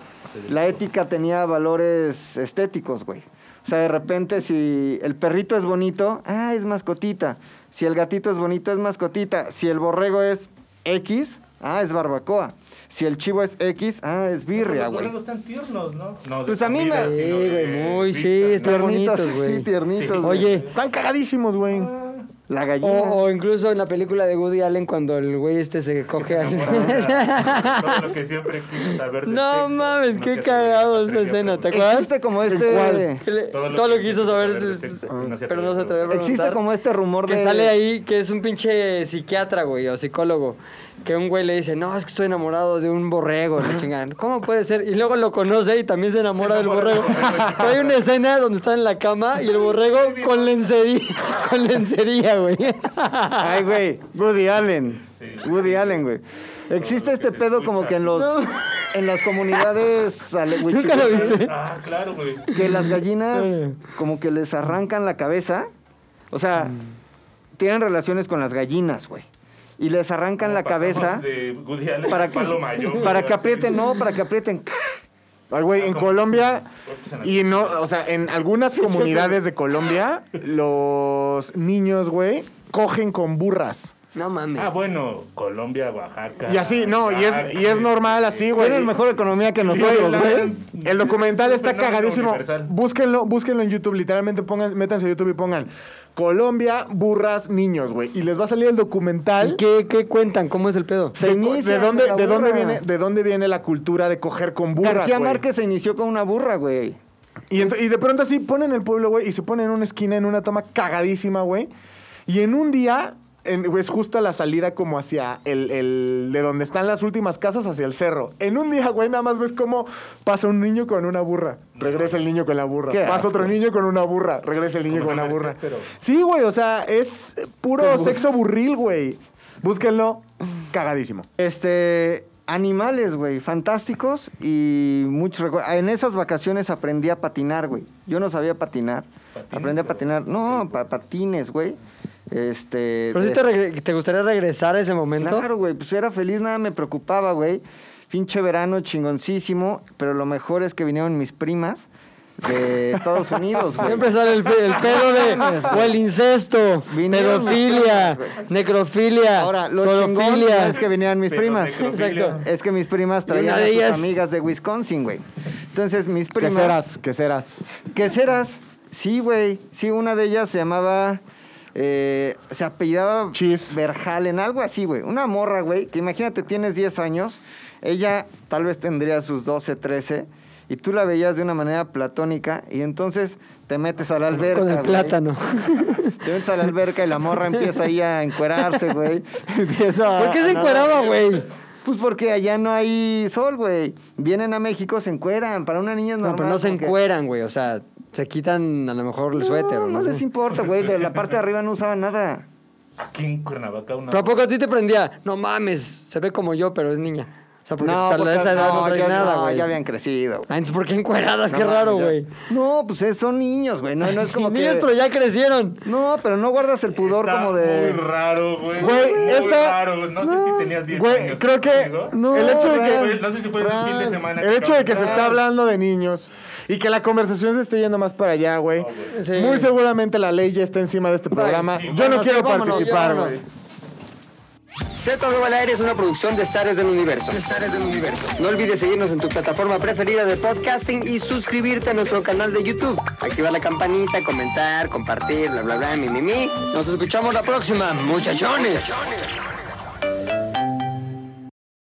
Speaker 2: la ética tenía valores estéticos, güey. O sea, de repente si el perrito es bonito, ah, es mascotita. Si el gatito es bonito, es mascotita. Si el borrego es X, ah, es barbacoa. Si el chivo es X, ah, es birria,
Speaker 3: Los
Speaker 2: güey.
Speaker 3: borregos están tiernos, ¿no? no de
Speaker 2: Pues a mí
Speaker 3: comida,
Speaker 2: me-
Speaker 3: sino
Speaker 1: Sí,
Speaker 3: de
Speaker 1: güey, muy,
Speaker 3: vista,
Speaker 1: sí,
Speaker 3: ¿no?
Speaker 1: está-
Speaker 2: Tiernitos,
Speaker 1: bonitos, güey.
Speaker 2: sí, tiernitos.
Speaker 3: Sí.
Speaker 2: güey.
Speaker 1: Oye,
Speaker 4: Están cagadísimos, güey.
Speaker 2: La
Speaker 1: o,
Speaker 2: gallina.
Speaker 1: o incluso en la película de Woody Allen cuando el güey este se coge
Speaker 3: Se
Speaker 1: al...
Speaker 3: enamora. Todo lo que siempre quise saber de
Speaker 1: No
Speaker 3: sexo,
Speaker 1: mames,
Speaker 3: no
Speaker 1: qué
Speaker 3: que
Speaker 1: cagado esa
Speaker 3: atreví a
Speaker 1: escena,
Speaker 3: preguntar.
Speaker 1: ¿te acuerdas?
Speaker 2: Existe como este-
Speaker 1: ¿Cuál? Que le-
Speaker 3: Todo lo
Speaker 1: Todo lo
Speaker 3: que
Speaker 1: que quiso
Speaker 3: quise
Speaker 1: saber,
Speaker 3: saber de
Speaker 1: es-
Speaker 3: sexo, que no se
Speaker 1: pero no se
Speaker 3: atrevió
Speaker 1: atrevió
Speaker 3: a
Speaker 1: a
Speaker 2: Existe
Speaker 1: preguntar.
Speaker 2: como este rumor
Speaker 1: que
Speaker 2: de-
Speaker 1: sale ahí que es un pinche psiquiatra, güey, o psicólogo. Que un güey le dice, no, es que estoy enamorado de un borrego, la chingada. ¿Cómo puede ser? Y luego lo conoce y también se enamora,
Speaker 3: Se enamora
Speaker 1: del
Speaker 3: del
Speaker 1: borrego.
Speaker 3: borrego.
Speaker 1: Pero hay una escena donde están en la cama y el borrego con lencería, con lencería, güey.
Speaker 2: Ay, güey, Woody Allen.
Speaker 3: Sí.
Speaker 2: Woody Allen, güey. Existe
Speaker 3: que
Speaker 2: este
Speaker 3: se
Speaker 2: pedo como
Speaker 3: escucha.
Speaker 2: que en los
Speaker 1: No.
Speaker 2: en las comunidades ale-
Speaker 1: Nunca lo viste. Eh.
Speaker 3: Ah, claro, güey.
Speaker 2: que las gallinas como que les arrancan la cabeza. O sea,
Speaker 1: Mm.
Speaker 2: tienen relaciones con las gallinas, güey. Y les arrancan la
Speaker 3: Pasamos
Speaker 2: cabeza
Speaker 3: de Woody Allen
Speaker 2: para
Speaker 3: a Pablo Mayor,
Speaker 2: que, para que
Speaker 3: así.
Speaker 2: aprieten, no, para que aprieten.
Speaker 4: Ay, Ah, güey, en Colombia
Speaker 3: Ah, Golpes en la
Speaker 4: y no, o sea, en algunas comunidades de Colombia, los niños, güey, cogen con burras.
Speaker 1: No mames.
Speaker 3: Ah, bueno, Colombia, Oaxaca. este,
Speaker 4: Y así, no, y es, y es normal así, güey.
Speaker 2: Tienen mejor economía que nosotros,
Speaker 4: Güey,
Speaker 2: güey.
Speaker 4: El documental
Speaker 3: Es un
Speaker 4: está
Speaker 3: fenómeno
Speaker 4: cagadísimo.
Speaker 3: universal.
Speaker 4: Búsquenlo, búsquenlo en YouTube, literalmente pongan, métanse a YouTube y pongan Colombia, burras, niños, güey. Y les va a salir el documental.
Speaker 1: Ah, ¿Y qué, qué cuentan? ¿Cómo es el pedo?
Speaker 2: Se
Speaker 4: de, co-
Speaker 2: inicia
Speaker 4: de dónde,
Speaker 2: la
Speaker 4: de dónde
Speaker 2: burra.
Speaker 4: viene, de dónde viene la cultura de coger con burras,
Speaker 2: García
Speaker 4: güey?
Speaker 2: Márquez se inició con una burra, güey.
Speaker 4: Y, ento- y de pronto así ponen el pueblo, güey, y se ponen en una esquina, en una toma cagadísima, güey. Y en un día, en- güey, es justo a la salida como hacia el, el- de donde están las últimas casas, hacia el cerro. En un día, güey, nada más ves cómo pasa un niño con una burra. Regresa el niño con la burra.
Speaker 2: Qué
Speaker 4: Pasa
Speaker 2: asco.
Speaker 4: otro niño con una burra. Regresa el niño
Speaker 3: Como
Speaker 4: con
Speaker 3: una
Speaker 4: una burra.
Speaker 3: merced, pero-
Speaker 4: Sí, güey, o sea, es puro sexo burril, güey. Búsquenlo. Cagadísimo.
Speaker 2: Este, animales, güey, fantásticos y muchos recu- ah, En esas vacaciones aprendí a patinar, güey. Yo no sabía patinar. aprendí a patinar. No, pa- patines, güey. Este.
Speaker 1: ¿Pero si
Speaker 2: de-
Speaker 1: te, regre- te gustaría regresar a ese momento?
Speaker 2: Claro, güey, pues era feliz, nada me preocupaba, güey. Pinche verano chingoncísimo, pero lo mejor es que vinieron mis primas de Estados Unidos, güey.
Speaker 1: Siempre sale el, pe- el pedo
Speaker 2: mames,
Speaker 1: de o
Speaker 2: güey.
Speaker 1: el incesto,
Speaker 2: Vinieron
Speaker 1: pedofilia,
Speaker 2: las primas, güey.
Speaker 1: necrofilia,
Speaker 2: Ahora, lo chingón no
Speaker 1: zoofilia.
Speaker 2: es que vinieran mis
Speaker 3: Pero
Speaker 2: primas.
Speaker 3: necrofilia.
Speaker 1: Exacto.
Speaker 2: Es que mis primas
Speaker 1: Y una
Speaker 2: traían a
Speaker 1: de
Speaker 2: sus
Speaker 1: ellas-
Speaker 2: amigas de Wisconsin, güey. Entonces, mis primas...
Speaker 4: Queseras, queseras.
Speaker 2: Queseras. Sí, güey. Sí, una de ellas se llamaba... eh, se apellidaba...
Speaker 4: Chis.
Speaker 2: Verhalen, algo así, güey. Una morra, güey, que imagínate, tienes 10 años. Ella tal vez tendría sus 12, 13. Y tú la veías de una manera platónica. Y entonces te metes a la alberca,
Speaker 1: Con el
Speaker 2: güey.
Speaker 1: plátano.
Speaker 2: Te metes a la alberca y la morra empieza ahí a encuerarse, güey. Empieza a-
Speaker 1: ¿Por qué se
Speaker 2: a nadar.
Speaker 1: encueraba, güey?
Speaker 2: Pues porque allá no hay sol, güey. Vienen a México, se encueran. Para una niña es normal.
Speaker 1: No, pero no se
Speaker 2: porque-
Speaker 1: encueran, güey. O sea, se quitan a lo mejor el
Speaker 2: No,
Speaker 1: suéter. o No,
Speaker 2: No, les importa, güey. De la parte de arriba no usaban nada.
Speaker 3: Aquí en Cuernavaca una...
Speaker 1: Pero ¿a poco a ti te prendía? No mames, se ve como yo, pero es niña. O sea, porque
Speaker 2: no,
Speaker 1: pues, a
Speaker 2: porque-
Speaker 1: esa edad no,
Speaker 2: no,
Speaker 1: trae
Speaker 2: ya,
Speaker 1: nada,
Speaker 2: no,
Speaker 1: güey.
Speaker 2: ya habían crecido. güey.
Speaker 1: Ah, entonces ¿por qué encueradas? qué
Speaker 2: No,
Speaker 1: raro,
Speaker 2: ya-
Speaker 1: güey.
Speaker 2: No, pues es- son niños, güey. No, no es como que...
Speaker 1: Niños, pero ya crecieron.
Speaker 2: No, pero no guardas el pudor
Speaker 3: Está
Speaker 2: como de...
Speaker 3: Muy raro, güey.
Speaker 4: Güey,
Speaker 3: muy
Speaker 4: esta-
Speaker 3: raro. No, sé si tenías 10
Speaker 4: Güey,
Speaker 3: años.
Speaker 4: creo que
Speaker 3: ¿no?
Speaker 2: No,
Speaker 4: el hecho de que...
Speaker 2: Fran,
Speaker 3: Fue- no sé si fue el fin de semana.
Speaker 4: El hecho de que se
Speaker 3: acabamos.
Speaker 4: está hablando de niños y que la conversación se esté yendo más para allá, güey.
Speaker 3: Ah, güey.
Speaker 1: Sí.
Speaker 4: Muy seguramente la ley ya está encima de este programa.
Speaker 3: Sí,
Speaker 4: Yo no
Speaker 2: vámonos,
Speaker 4: quiero
Speaker 2: vámonos,
Speaker 4: participar,
Speaker 2: vámonos.
Speaker 4: güey.
Speaker 7: Z2 al aire es una producción de Zares del Universo. del Universo. No olvides seguirnos en tu plataforma preferida de podcasting y suscribirte a nuestro canal de YouTube. Activar la campanita, comentar, compartir, bla, bla, bla, mi, mi, mi. Nos escuchamos la próxima, muchachones.